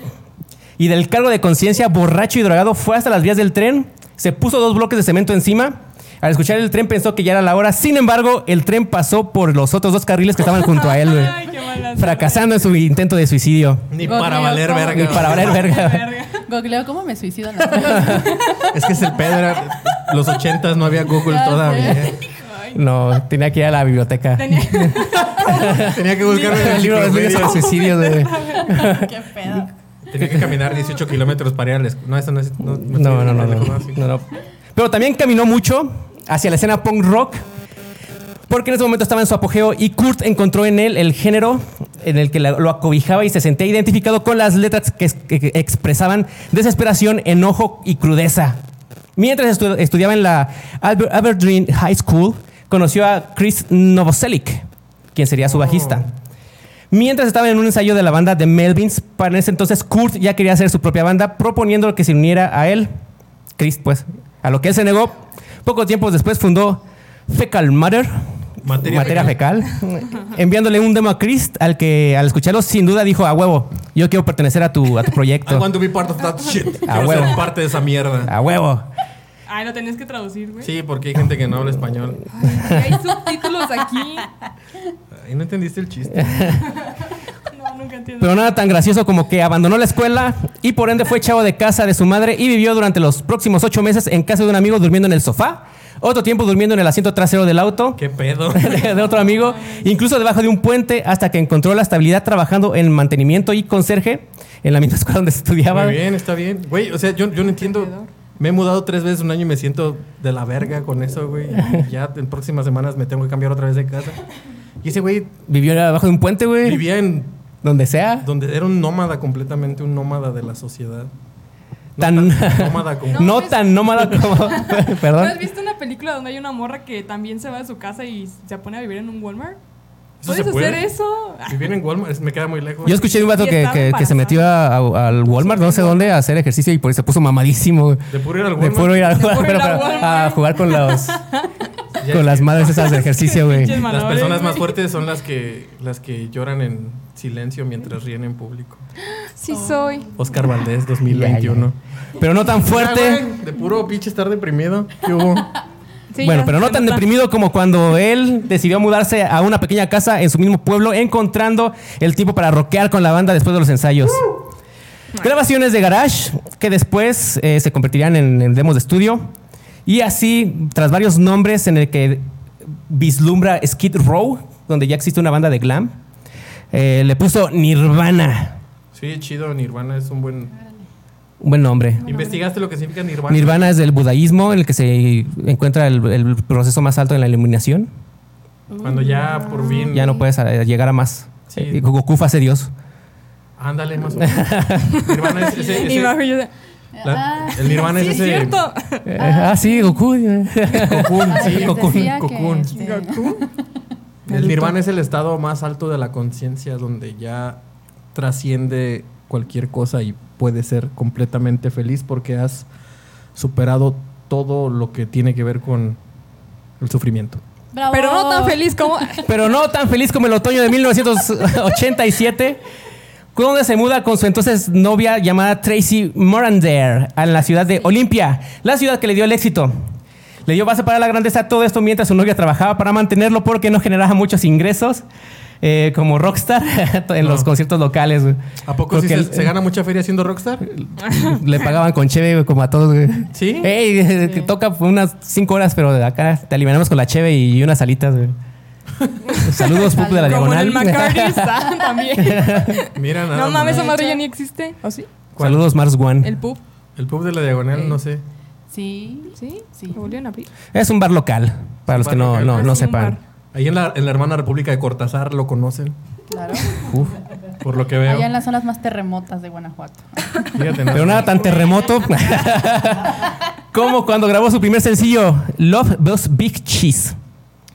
Speaker 1: y del cargo de conciencia, borracho y drogado, fue hasta las vías del tren, se puso dos bloques de cemento encima. Al escuchar el tren pensó que ya era la hora. Sin embargo, el tren pasó por los otros dos carriles que estaban junto a él, güey.
Speaker 2: Ay, qué mala *laughs*
Speaker 1: Fracasando en su intento de suicidio.
Speaker 3: Ni
Speaker 4: Dios
Speaker 3: para
Speaker 4: mío,
Speaker 3: valer
Speaker 4: ¿cómo?
Speaker 3: verga.
Speaker 1: Y para valer *laughs* verga.
Speaker 2: verga.
Speaker 4: Googleo, ¿cómo me suicido? en la escuela?
Speaker 3: *laughs* Es que es el pedo. era- Los ochentas no había Google
Speaker 4: Ya
Speaker 3: todavía.
Speaker 1: No, tenía que ir a la biblioteca.
Speaker 2: Tenía-
Speaker 3: *laughs* Tenía que buscar
Speaker 1: *laughs* El libro de los libros sobre suicidio de...
Speaker 4: Qué pedo.
Speaker 3: Tenía que caminar 18 kilómetros para ir a la escuela. No, eso no es. No, no,
Speaker 1: No, no, no,
Speaker 3: pendejo,
Speaker 1: no,
Speaker 3: sí.
Speaker 1: no, no. Pero también caminó mucho hacia la escena punk rock. Porque en ese momento estaba en su apogeo y Kurt encontró en él el género en el que la- lo acobijaba y se sentía identificado con las letras que, es- que- que expresaban desesperación, enojo y crudeza. Mientras estu- estudiaba en la Alber- Aberdeen High School, conoció a Chris Novoselic, quien sería su bajista. Mientras estaba en un ensayo de la banda de Melvins, para ese entonces Kurt ya quería hacer su propia banda, proponiendo que se uniera a él, Chris, pues, a lo que él se negó. Poco tiempo después fundó Fecal Matter,
Speaker 3: Materia
Speaker 1: materia, fecal, enviándole un demo a Chris, al que al escucharlo sin duda dijo, a huevo, yo quiero pertenecer a tu, a *laughs* tu
Speaker 3: I want
Speaker 1: proyecto.
Speaker 3: to be part of that *laughs* shit.
Speaker 1: Ah,
Speaker 3: Quiero
Speaker 1: huevo.
Speaker 3: ser parte de esa mierda.
Speaker 1: A huevo.
Speaker 2: Ay, lo tenías que traducir, güey.
Speaker 3: Sí, porque hay gente que no habla español. *laughs*
Speaker 2: Ay, hay subtítulos aquí.
Speaker 3: Ay, no entendiste el chiste.
Speaker 4: nunca entiendo.
Speaker 1: Pero nada tan gracioso como que abandonó la escuela y por ende fue chavo de casa de su madre y vivió durante los próximos ocho meses en casa de un amigo durmiendo en el sofá, otro tiempo durmiendo en el asiento trasero del auto *laughs*
Speaker 3: ¿Qué pedo?
Speaker 1: de otro amigo, incluso debajo de un puente hasta que encontró la estabilidad trabajando en mantenimiento y conserje en la misma *laughs* escuela donde estudiaba.
Speaker 3: Muy bien, está bien. Güey, o sea, yo, yo no entiendo. Me he mudado tres veces un año y me siento de la verga con eso, güey. Y Ya en próximas semanas me tengo que cambiar otra vez de casa. Y ese güey
Speaker 1: Vivió debajo de un puente, güey.
Speaker 3: vivía en
Speaker 1: Donde sea.
Speaker 3: donde era un nómada completamente, un nómada de la sociedad.
Speaker 1: Tan, *laughs*
Speaker 3: Nómada como...
Speaker 1: no,
Speaker 2: No, pues-
Speaker 1: tan
Speaker 2: *laughs*
Speaker 1: nómada como... *laughs*
Speaker 2: ¿No
Speaker 1: Perdón.
Speaker 2: has visto una película donde hay una morra que también se va de su casa y se pone a vivir en un Walmart?
Speaker 3: ¿Eso
Speaker 2: ¿Puedes
Speaker 3: se puede?
Speaker 2: hacer eso?
Speaker 3: Vivir en Walmart es- me queda muy lejos.
Speaker 1: Yo escuché de un vato
Speaker 2: Y
Speaker 1: que,
Speaker 2: estaba
Speaker 1: que- que se
Speaker 2: embarazada.
Speaker 1: metió a- a- al Walmart, no sé dónde, a hacer ejercicio y por eso se puso mamadísimo. güey.
Speaker 3: De puro ir
Speaker 2: *laughs*
Speaker 3: al
Speaker 1: De
Speaker 3: Walmart.
Speaker 1: puro ir al
Speaker 2: De puro
Speaker 1: Walmart,
Speaker 2: ir
Speaker 1: pero
Speaker 2: al
Speaker 1: para- a
Speaker 2: Walmart.
Speaker 1: jugar con,
Speaker 2: *laughs*
Speaker 1: los,
Speaker 3: Ya
Speaker 1: con las
Speaker 3: que
Speaker 1: madres esas de ejercicio, güey.
Speaker 2: Pinches
Speaker 3: Las
Speaker 2: mamadores,
Speaker 3: personas más
Speaker 2: güey.
Speaker 3: fuertes son las que, las que lloran en silencio mientras ríen en público.
Speaker 2: Sí soy.
Speaker 3: Oscar Valdés,
Speaker 1: Ya,
Speaker 3: 2021.
Speaker 1: ya. Pero no tan
Speaker 3: Ah,
Speaker 1: fuerte.
Speaker 3: güey, De puro pinche estar deprimido. ¿Qué hubo?
Speaker 2: Sí,
Speaker 1: bueno,
Speaker 2: ya,
Speaker 1: pero no
Speaker 2: se
Speaker 1: tan
Speaker 2: nota.
Speaker 1: deprimido como cuando él decidió mudarse a una pequeña casa en su mismo pueblo, encontrando el tiempo para rockear con la banda después de los ensayos. Grabaciones de garage que después eh, se convertirían en, en demos de estudio. Y así, tras varios nombres en el que vislumbra Skid Row, donde ya existe una banda de glam, eh, le puso Nirvana.
Speaker 3: Sí, chido, Nirvana es un buen...
Speaker 1: Un buen nombre.
Speaker 3: ¿Investigaste lo que significa Nirvana?
Speaker 1: Nirvana es del budaísmo en el que se encuentra el, el proceso más alto en la iluminación.
Speaker 3: Cuando ya por fin...
Speaker 1: Ya no puedes eh, llegar a más.
Speaker 3: Mm. Sí.
Speaker 1: Eh, Goku fue hace
Speaker 3: *laughs*
Speaker 1: Dios.
Speaker 3: Ándale, más o menos. Nirvana es ese...
Speaker 2: *laughs* Y
Speaker 3: ese-
Speaker 2: bajo yo de-
Speaker 3: la-
Speaker 4: *laughs* Ah,
Speaker 3: el Nirvana
Speaker 2: Sí,
Speaker 3: es
Speaker 2: es
Speaker 3: ese...
Speaker 2: cierto.
Speaker 1: Eh, ah, sí, Goku. *laughs*
Speaker 3: Cocoon,
Speaker 4: Ah, les
Speaker 3: sí, cocoon,
Speaker 4: decía que,
Speaker 3: cocoon.
Speaker 4: este,
Speaker 3: El nirvana es el estado más alto de la conciencia donde ya trasciende cualquier cosa y puedes ser completamente feliz porque has superado todo lo que tiene que ver con el sufrimiento.
Speaker 4: bravo.
Speaker 2: Pero no tan feliz como.
Speaker 1: Pero no tan feliz como el otoño de 1987, donde se muda con su entonces novia llamada Tracy Morander a la ciudad de Olimpia, la ciudad que le dio el éxito. Le dio base para la grandeza a todo esto mientras su novia trabajaba para mantenerlo porque no generaba muchos ingresos eh, como rockstar *laughs* en los
Speaker 3: No.
Speaker 1: conciertos locales. güey.
Speaker 3: ¿A poco sí
Speaker 1: Porque
Speaker 3: se,
Speaker 1: el-
Speaker 3: se gana mucha feria siendo *laughs* rockstar?
Speaker 1: *laughs* Le pagaban con cheve, güey, como a todos, güey.
Speaker 3: ¿Sí?
Speaker 1: Ey, *laughs* eh, que toca unas cinco horas, pero de acá te alivianamos con la cheve y unas alitas,
Speaker 2: *laughs*
Speaker 1: güey. Saludos, Pupu de la
Speaker 2: como en el
Speaker 1: Diagonal.
Speaker 2: McCarthy's,
Speaker 3: *laughs*
Speaker 2: ah, también.
Speaker 3: Mira nada
Speaker 2: No mames,
Speaker 3: más.
Speaker 2: esa madre ya ni existe. ¿O sí?
Speaker 1: *laughs*
Speaker 3: ¿Cuál?
Speaker 1: Saludos, Mars One.
Speaker 2: El pub.
Speaker 3: El pub de la diagonal,
Speaker 4: Ey.
Speaker 3: no sé.
Speaker 4: Sí.
Speaker 2: Sí,
Speaker 4: Sí.
Speaker 2: Lo volvieron a abrir.
Speaker 1: Es un bar local, para los que
Speaker 3: bar
Speaker 1: no,
Speaker 3: local.
Speaker 1: no,
Speaker 2: Ah,
Speaker 1: no
Speaker 2: sí, un
Speaker 1: sepan.
Speaker 2: bar.
Speaker 3: Ahí en la, en la hermana República de Cortázar lo conocen,
Speaker 4: Claro.
Speaker 2: *laughs*
Speaker 1: Uf.
Speaker 3: por lo que veo.
Speaker 4: Allá en las zonas más terremotas de Guanajuato.
Speaker 3: Fíjate,
Speaker 1: Pero nada tan terremoto *laughs* como cuando grabó su primer sencillo, Love Bus Big Cheese.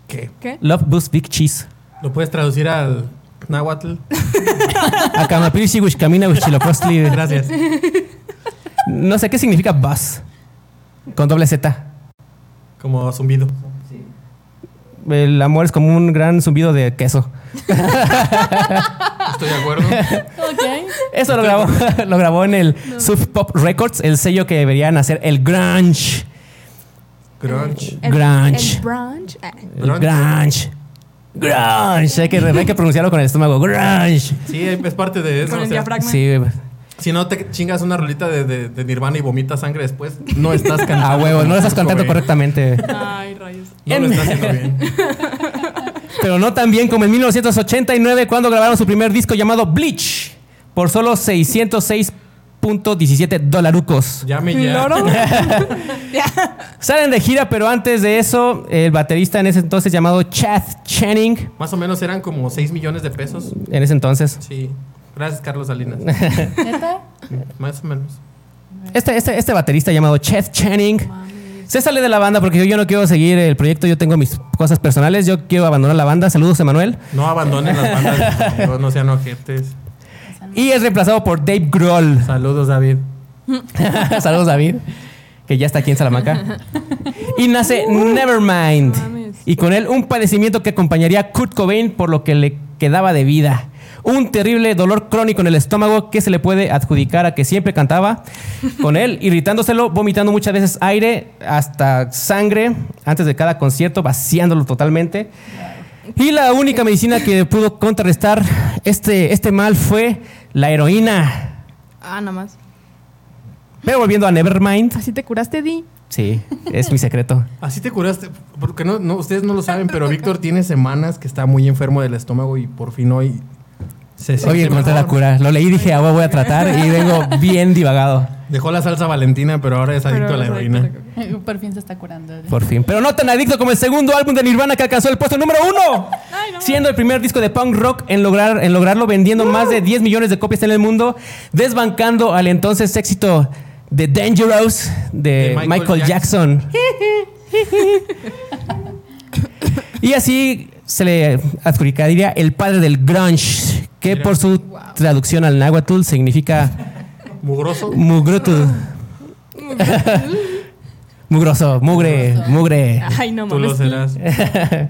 Speaker 3: ¿Qué?
Speaker 2: ¿Qué?
Speaker 1: Love Bus Big Cheese.
Speaker 3: ¿Lo puedes traducir al náhuatl?
Speaker 1: Akamapirishi Wishkamina Wishilopostli.
Speaker 3: Gracias.
Speaker 1: No sé qué significa bus. Con doble Z.
Speaker 3: Como zumbido.
Speaker 1: El amor es como un gran zumbido de queso.
Speaker 3: Estoy de acuerdo.
Speaker 4: Ok.
Speaker 2: *laughs*
Speaker 1: Eso lo grabó, lo grabó en el Sub Pop Records, el sello que deberían hacer el grunge.
Speaker 3: Crunch.
Speaker 2: El-
Speaker 1: Grunge.
Speaker 2: El brunch. Ah.
Speaker 1: El
Speaker 3: Grunge.
Speaker 1: grunge. Grunge. Hay que, hay que pronunciarlo con el estómago. Grunge.
Speaker 3: Sí, es parte de eso.
Speaker 2: Con
Speaker 3: o
Speaker 2: el
Speaker 3: sea,
Speaker 2: diafragma.
Speaker 1: Sí, güey.
Speaker 3: si no te chingas una rolita de, de- de Nirvana y vomitas sangre después,
Speaker 1: *laughs*
Speaker 3: no estás cantando.
Speaker 1: a Ah, huevo, no lo estás cantando
Speaker 3: correcto.
Speaker 1: correctamente.
Speaker 2: Ay, rayos.
Speaker 3: No lo
Speaker 1: *laughs*
Speaker 3: estás haciendo bien.
Speaker 1: Pero no tan bien como en 1989 cuando grabaron su primer disco llamado Bleach por solo 606.17 dolarucos.
Speaker 3: Llame ya.
Speaker 2: ¿Loro?
Speaker 1: Salen de gira, pero antes de eso, el baterista en ese entonces llamado Chad Channing,
Speaker 3: *laughs* Más o menos eran como 6 millones de pesos.
Speaker 1: en ese entonces,
Speaker 3: Sí. Gracias,
Speaker 1: *laughs*
Speaker 3: Carlos Salinas.
Speaker 4: ¿Neta?
Speaker 3: Más o menos.
Speaker 1: este, este, este baterista llamado Chad Channing, se sale de la banda porque yo, yo no quiero seguir el proyecto, yo tengo mis cosas personales, yo quiero abandonar la banda. Saludos, Emanuel.
Speaker 3: No abandonen las
Speaker 1: *laughs*
Speaker 3: bandas. amigos, no sean ojetes.
Speaker 1: Y es reemplazado por Dave Grohl.
Speaker 3: Saludos, David.
Speaker 1: *laughs* Saludos, David, que ya está aquí en Salamanca. Y
Speaker 2: *laughs*
Speaker 1: nace Nevermind.
Speaker 2: Uh, no mames.
Speaker 1: Y con él un padecimiento que acompañaría a Kurt Cobain por lo que le quedaba de vida. Un terrible dolor crónico en el estómago que se le puede adjudicar a que siempre cantaba con
Speaker 2: *laughs*
Speaker 1: él, irritándoselo, vomitando muchas veces aire, hasta sangre, antes de cada concierto, vaciándolo totalmente. Y la única medicina que pudo contrarrestar Este, este mal fue la heroína.
Speaker 2: Ah, nada más.
Speaker 1: Pero volviendo a Nevermind.
Speaker 2: *laughs* Así te curaste, Di.
Speaker 1: Sí, es mi secreto.
Speaker 3: Así te curaste, porque no, no, ustedes no lo saben, pero Víctor tiene semanas que está muy enfermo del estómago y por fin hoy se
Speaker 1: Hoy
Speaker 3: siente
Speaker 1: encontré la
Speaker 3: mejor.
Speaker 1: cura. Lo leí y dije, ah, voy a tratar y vengo bien divagado.
Speaker 3: Dejó la salsa valentina, pero ahora es adicto
Speaker 2: Pero
Speaker 3: a la
Speaker 2: es
Speaker 3: heroína.
Speaker 2: adicto a la
Speaker 4: *laughs* Por fin se está curando.
Speaker 1: Por fin. Pero no tan adicto como el segundo álbum de Nirvana que alcanzó el puesto número uno.
Speaker 2: Ay, no.
Speaker 1: Siendo el primer disco de punk rock en, lograr, en lograrlo vendiendo más de 10 millones de copias en el mundo, desbancando al entonces éxito de Dangerous de,
Speaker 3: De
Speaker 1: Michael,
Speaker 3: Michael
Speaker 1: Jackson. y así se le adjudicaría el padre del grunge, que
Speaker 3: Mira.
Speaker 1: por su traducción al náhuatl significa
Speaker 3: Mugroso.
Speaker 1: Mugroto. *laughs* Mugroso, mugre, mugre.
Speaker 2: Ay, no
Speaker 3: Tú
Speaker 2: mames.
Speaker 3: lo serás.
Speaker 1: *laughs*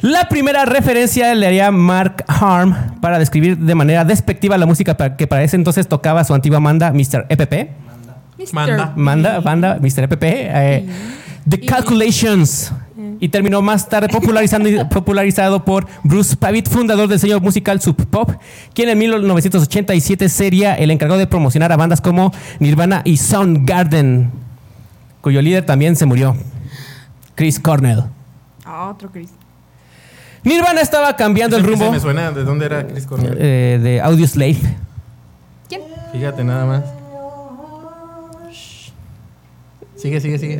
Speaker 1: La primera referencia le haría Mark Harm para describir de manera despectiva la música pa- que para ese entonces tocaba su antigua banda, Mr. EPP.
Speaker 2: Mister.
Speaker 3: Manda.
Speaker 1: Manda, banda, Mr. EPP. eh, The Calculations. Y terminó más tarde popularizando, popularizado por Bruce Pavitt, fundador del sello musical Sub Pop, quien en 1987 sería el encargado de promocionar a bandas como Nirvana y Soundgarden, cuyo líder también se murió, Chris Cornell.
Speaker 2: Ah, otro Chris.
Speaker 1: Nirvana estaba cambiando el
Speaker 3: Ese- ese
Speaker 1: rumbo
Speaker 3: me suena de dónde era Chris Cornell.
Speaker 1: eh, de Audioslave.
Speaker 2: ¿Quién?
Speaker 3: Fíjate nada más. Sigue, sigue, sigue.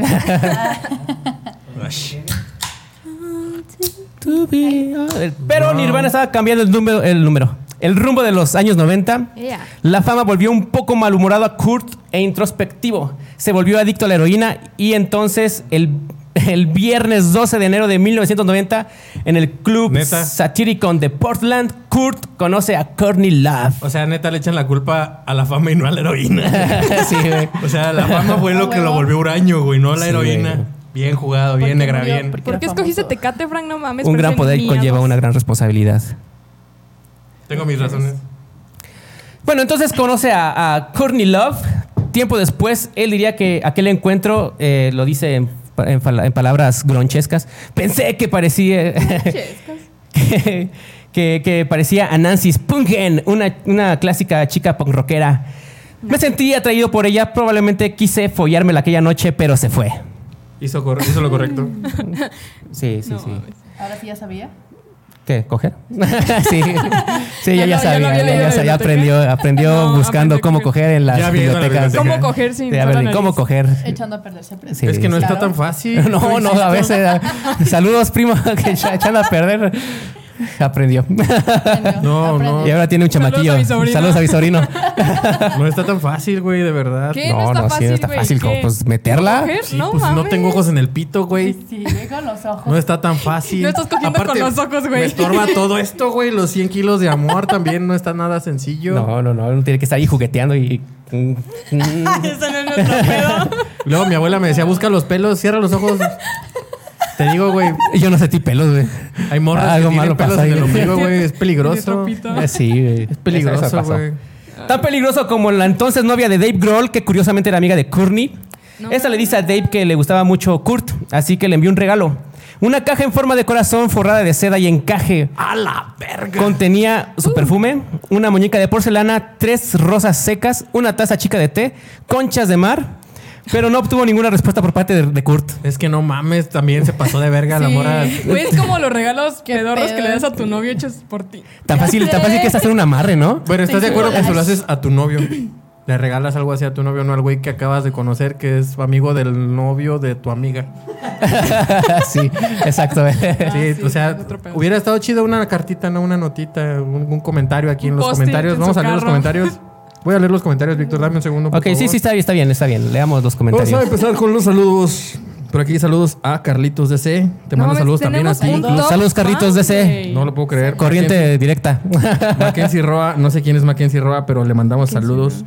Speaker 1: Pero Nirvana estaba cambiando el número, el número, el rumbo de los años 90
Speaker 2: Ella.
Speaker 1: La fama volvió un poco malhumorado a Kurt e introspectivo. Se volvió adicto a la heroína y entonces el, *laughs* el viernes 12 de enero de 1990 en el club
Speaker 3: Neta.
Speaker 1: Satyricon de Portland, Kurt conoce a Courtney Love.
Speaker 3: O sea, neta, le echan la culpa a la fama y no a la heroína.
Speaker 1: *laughs* Sí, güey.
Speaker 3: O sea, la fama fue lo que lo volvió huraño, güey, no la
Speaker 1: Sí,
Speaker 3: heroína.
Speaker 1: güey.
Speaker 3: Bien jugado, bien
Speaker 4: Porque
Speaker 3: negra,
Speaker 4: murió,
Speaker 3: bien.
Speaker 4: porque-
Speaker 2: ¿Por
Speaker 4: Era
Speaker 2: qué escogiste
Speaker 4: famoso.
Speaker 2: Tecate, Frank? No mames.
Speaker 1: Un
Speaker 2: pero
Speaker 1: gran
Speaker 2: es
Speaker 1: poder
Speaker 2: el
Speaker 1: conlleva
Speaker 2: mío.
Speaker 1: una gran responsabilidad.
Speaker 3: Tengo mis razones.
Speaker 1: Bueno, entonces conoce a, a Courtney Love. Tiempo después, él diría que aquel encuentro, eh, lo dice en, en fala- en palabras gronchescas, pensé que parecía... *laughs*
Speaker 2: Chescas.
Speaker 1: que, que- que parecía a Nancy Spungen, una, una clásica chica punk rockera. Me sentí atraído por ella, probablemente quise follármela aquella noche, pero se fue.
Speaker 3: Hizo, cor- hizo lo correcto.
Speaker 1: Sí, sí,
Speaker 2: No,
Speaker 1: sí.
Speaker 2: mames.
Speaker 4: Ahora sí ya sabía.
Speaker 1: ¿Qué? ¿Coger? *laughs* sí, sí, ya, ya
Speaker 2: Ya lo- ya lo
Speaker 1: sabía,
Speaker 2: había
Speaker 1: ya,
Speaker 2: leído
Speaker 1: ya
Speaker 2: en
Speaker 1: sabía,
Speaker 2: la biblioteca.
Speaker 1: aprendió, aprendió
Speaker 2: No,
Speaker 1: buscando
Speaker 2: aprendió
Speaker 1: cómo
Speaker 2: que-
Speaker 1: coger en las
Speaker 3: Ya vi en la
Speaker 1: bibliotecas.
Speaker 3: biblioteca.
Speaker 2: ¿Cómo coger sin
Speaker 1: de
Speaker 2: usar la
Speaker 1: Berlín,
Speaker 2: nariz?
Speaker 1: ¿Cómo coger?
Speaker 4: Echando a perder siempre. *laughs*
Speaker 1: Sí.
Speaker 3: Es que no está
Speaker 4: Claro.
Speaker 3: tan
Speaker 1: *laughs*
Speaker 3: fácil.
Speaker 1: No, no, a veces. eh, Saludos, primo, *laughs* que echa- echando a perder. Aprendió.
Speaker 3: *laughs* No,
Speaker 4: Aprende.
Speaker 3: no.
Speaker 1: Y ahora tiene un
Speaker 2: Saludos
Speaker 1: chamaquillo.
Speaker 2: a mi sobrino.
Speaker 1: Saludos a mi
Speaker 2: *laughs*
Speaker 1: sobrino.
Speaker 3: No está tan fácil, güey, de verdad.
Speaker 2: ¿Qué? No está fácil,
Speaker 1: está
Speaker 2: güey,
Speaker 1: fácil.
Speaker 2: ¿qué?
Speaker 1: Como, pues meterla.
Speaker 2: ¿Coger?
Speaker 3: Sí,
Speaker 2: no
Speaker 3: pues
Speaker 2: mames.
Speaker 3: no tengo ojos en el pito, güey.
Speaker 4: Sí, sí, ve con los ojos.
Speaker 3: No está tan fácil.
Speaker 2: No estás cogiendo con los ojos, güey. *laughs*
Speaker 3: Me estorba todo esto, güey. Los 100 kilos de amor también no está nada sencillo.
Speaker 1: No, no, no. Uno tiene que estar ahí jugueteando y. mm, mm.
Speaker 2: Ese no es nuestro pedo.
Speaker 3: Luego mi abuela me decía, busca los pelos, cierra los ojos. Te digo, güey,
Speaker 1: Yo no sentí pelos, güey.
Speaker 3: hay morras
Speaker 1: Algo
Speaker 3: que
Speaker 1: malo
Speaker 3: tienen pelos
Speaker 1: pasó ahí.
Speaker 3: en el ombligo, güey.
Speaker 2: *laughs*
Speaker 3: Es
Speaker 2: Tiene
Speaker 3: peligroso.
Speaker 2: tropito.
Speaker 1: Eh, Sí, güey.
Speaker 3: Es peligroso, güey.
Speaker 1: Tan peligroso como la entonces novia de Dave Grohl, que curiosamente era amiga de Courtney.
Speaker 2: No.
Speaker 1: Esta le dice a Dave que le gustaba mucho Kurt, así que le envió un regalo. Una caja en forma de corazón forrada de seda y encaje.
Speaker 3: A la verga. Uh.
Speaker 1: Contenía su perfume, una muñeca de porcelana, tres rosas secas, una taza chica de té, conchas de mar, pero no obtuvo ninguna respuesta por parte de, de Kurt.
Speaker 3: Es que no mames, también se pasó de verga la
Speaker 4: Sí.
Speaker 3: mora.
Speaker 2: Güey, es como los regalos
Speaker 4: Qué
Speaker 2: pedorros que
Speaker 4: pedo.
Speaker 2: le das a tu novio hechos por ti.
Speaker 1: Tan
Speaker 4: Ya
Speaker 1: fácil, tan
Speaker 4: sé.
Speaker 1: fácil que es hacer un amarre, ¿no? *laughs*
Speaker 3: Bueno, ¿estás
Speaker 4: Sí,
Speaker 3: de acuerdo que
Speaker 4: sí.
Speaker 3: se lo haces a tu novio? Le regalas algo así a tu novio, no al güey que acabas de conocer, que es amigo del novio de tu amiga.
Speaker 1: sí, exacto.
Speaker 3: Sí,
Speaker 2: Ah, sí,
Speaker 3: o sea,
Speaker 2: es otro pedo.
Speaker 3: hubiera estado chido una cartita, no una notita, un, un comentario aquí
Speaker 2: Un
Speaker 3: en los
Speaker 2: post-it
Speaker 3: comentarios.
Speaker 2: en
Speaker 3: Vamos
Speaker 2: su
Speaker 3: a leer los
Speaker 2: carro. *laughs*
Speaker 3: comentarios. Voy a leer los comentarios, Víctor, dame un segundo. por
Speaker 1: ok, sí,
Speaker 3: favor.
Speaker 1: sí, está bien, está bien, está bien. Leamos los
Speaker 3: Vamos a pues,
Speaker 1: comentarios.
Speaker 3: empezar con los saludos. Por aquí saludos a Carlitos DC. Te
Speaker 2: No
Speaker 3: mando
Speaker 2: mames,
Speaker 3: saludos también a
Speaker 2: tenemos
Speaker 3: ti.
Speaker 2: un
Speaker 1: Los
Speaker 2: top
Speaker 1: saludos, Carlitos, de ese.
Speaker 2: güey.
Speaker 3: No lo puedo creer.
Speaker 1: Corriente directa.
Speaker 3: Mackenzie Roa, no sé quién es Mackenzie Roa, pero le mandamos saludos.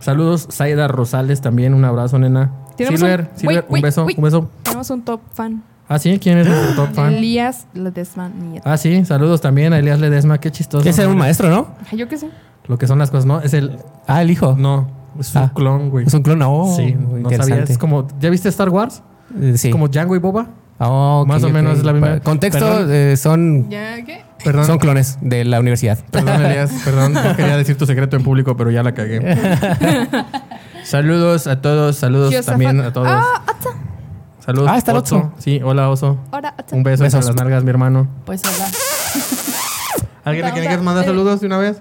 Speaker 3: Saludos, Zaida Rosales también, un abrazo, nena.
Speaker 2: Tenemos
Speaker 3: Silver,
Speaker 2: un-
Speaker 3: Silver,
Speaker 2: Wait,
Speaker 3: un
Speaker 2: wait,
Speaker 3: beso,
Speaker 2: wait.
Speaker 3: un beso.
Speaker 2: Tenemos un top fan.
Speaker 3: Ah, sí, ¿quién
Speaker 2: *gasps*
Speaker 3: es nuestro top fan?
Speaker 2: Elías Ledesman Nieto.
Speaker 3: Ah, sí, saludos también a Elias Ledesma, qué chistoso.
Speaker 1: Ese era un maestro, ¿no?
Speaker 2: Ay, Yo qué sé.
Speaker 3: Lo que son las cosas, ¿no? Es el.
Speaker 1: Ah, el hijo.
Speaker 3: No, es un
Speaker 1: Ah.
Speaker 3: clon, güey.
Speaker 1: Es un clon. Oh,
Speaker 3: Sí, no sabía.
Speaker 1: interesante.
Speaker 3: Es como. ¿Ya viste Star Wars?
Speaker 1: Eh, sí.
Speaker 3: Como Django y Boba.
Speaker 1: Ah, ok,
Speaker 3: Más o
Speaker 1: ok.
Speaker 3: menos es la misma.
Speaker 1: Pa- Contexto,
Speaker 3: Perdón.
Speaker 1: eh, son,
Speaker 2: ¿Ya qué?
Speaker 3: Perdón.
Speaker 1: son clones de la universidad.
Speaker 3: Perdón, Elías, perdón, no quería decir tu secreto en público, pero ya
Speaker 1: *laughs*
Speaker 3: la cagué. saludos a todos, saludos
Speaker 2: Josafat.
Speaker 3: también a todos.
Speaker 2: Ah, Atza.
Speaker 3: saludos.
Speaker 1: Ah, está el
Speaker 3: Oso.
Speaker 1: Otso.
Speaker 3: Sí, hola Oso.
Speaker 2: Ahora, Atza.
Speaker 3: Un beso
Speaker 1: Besos.
Speaker 3: en las nalgas, mi hermano.
Speaker 4: Pues hola.
Speaker 3: ¿Alguien le
Speaker 4: Vamos
Speaker 3: quiere
Speaker 4: a-
Speaker 3: mandar
Speaker 4: eh.
Speaker 3: saludos de una vez?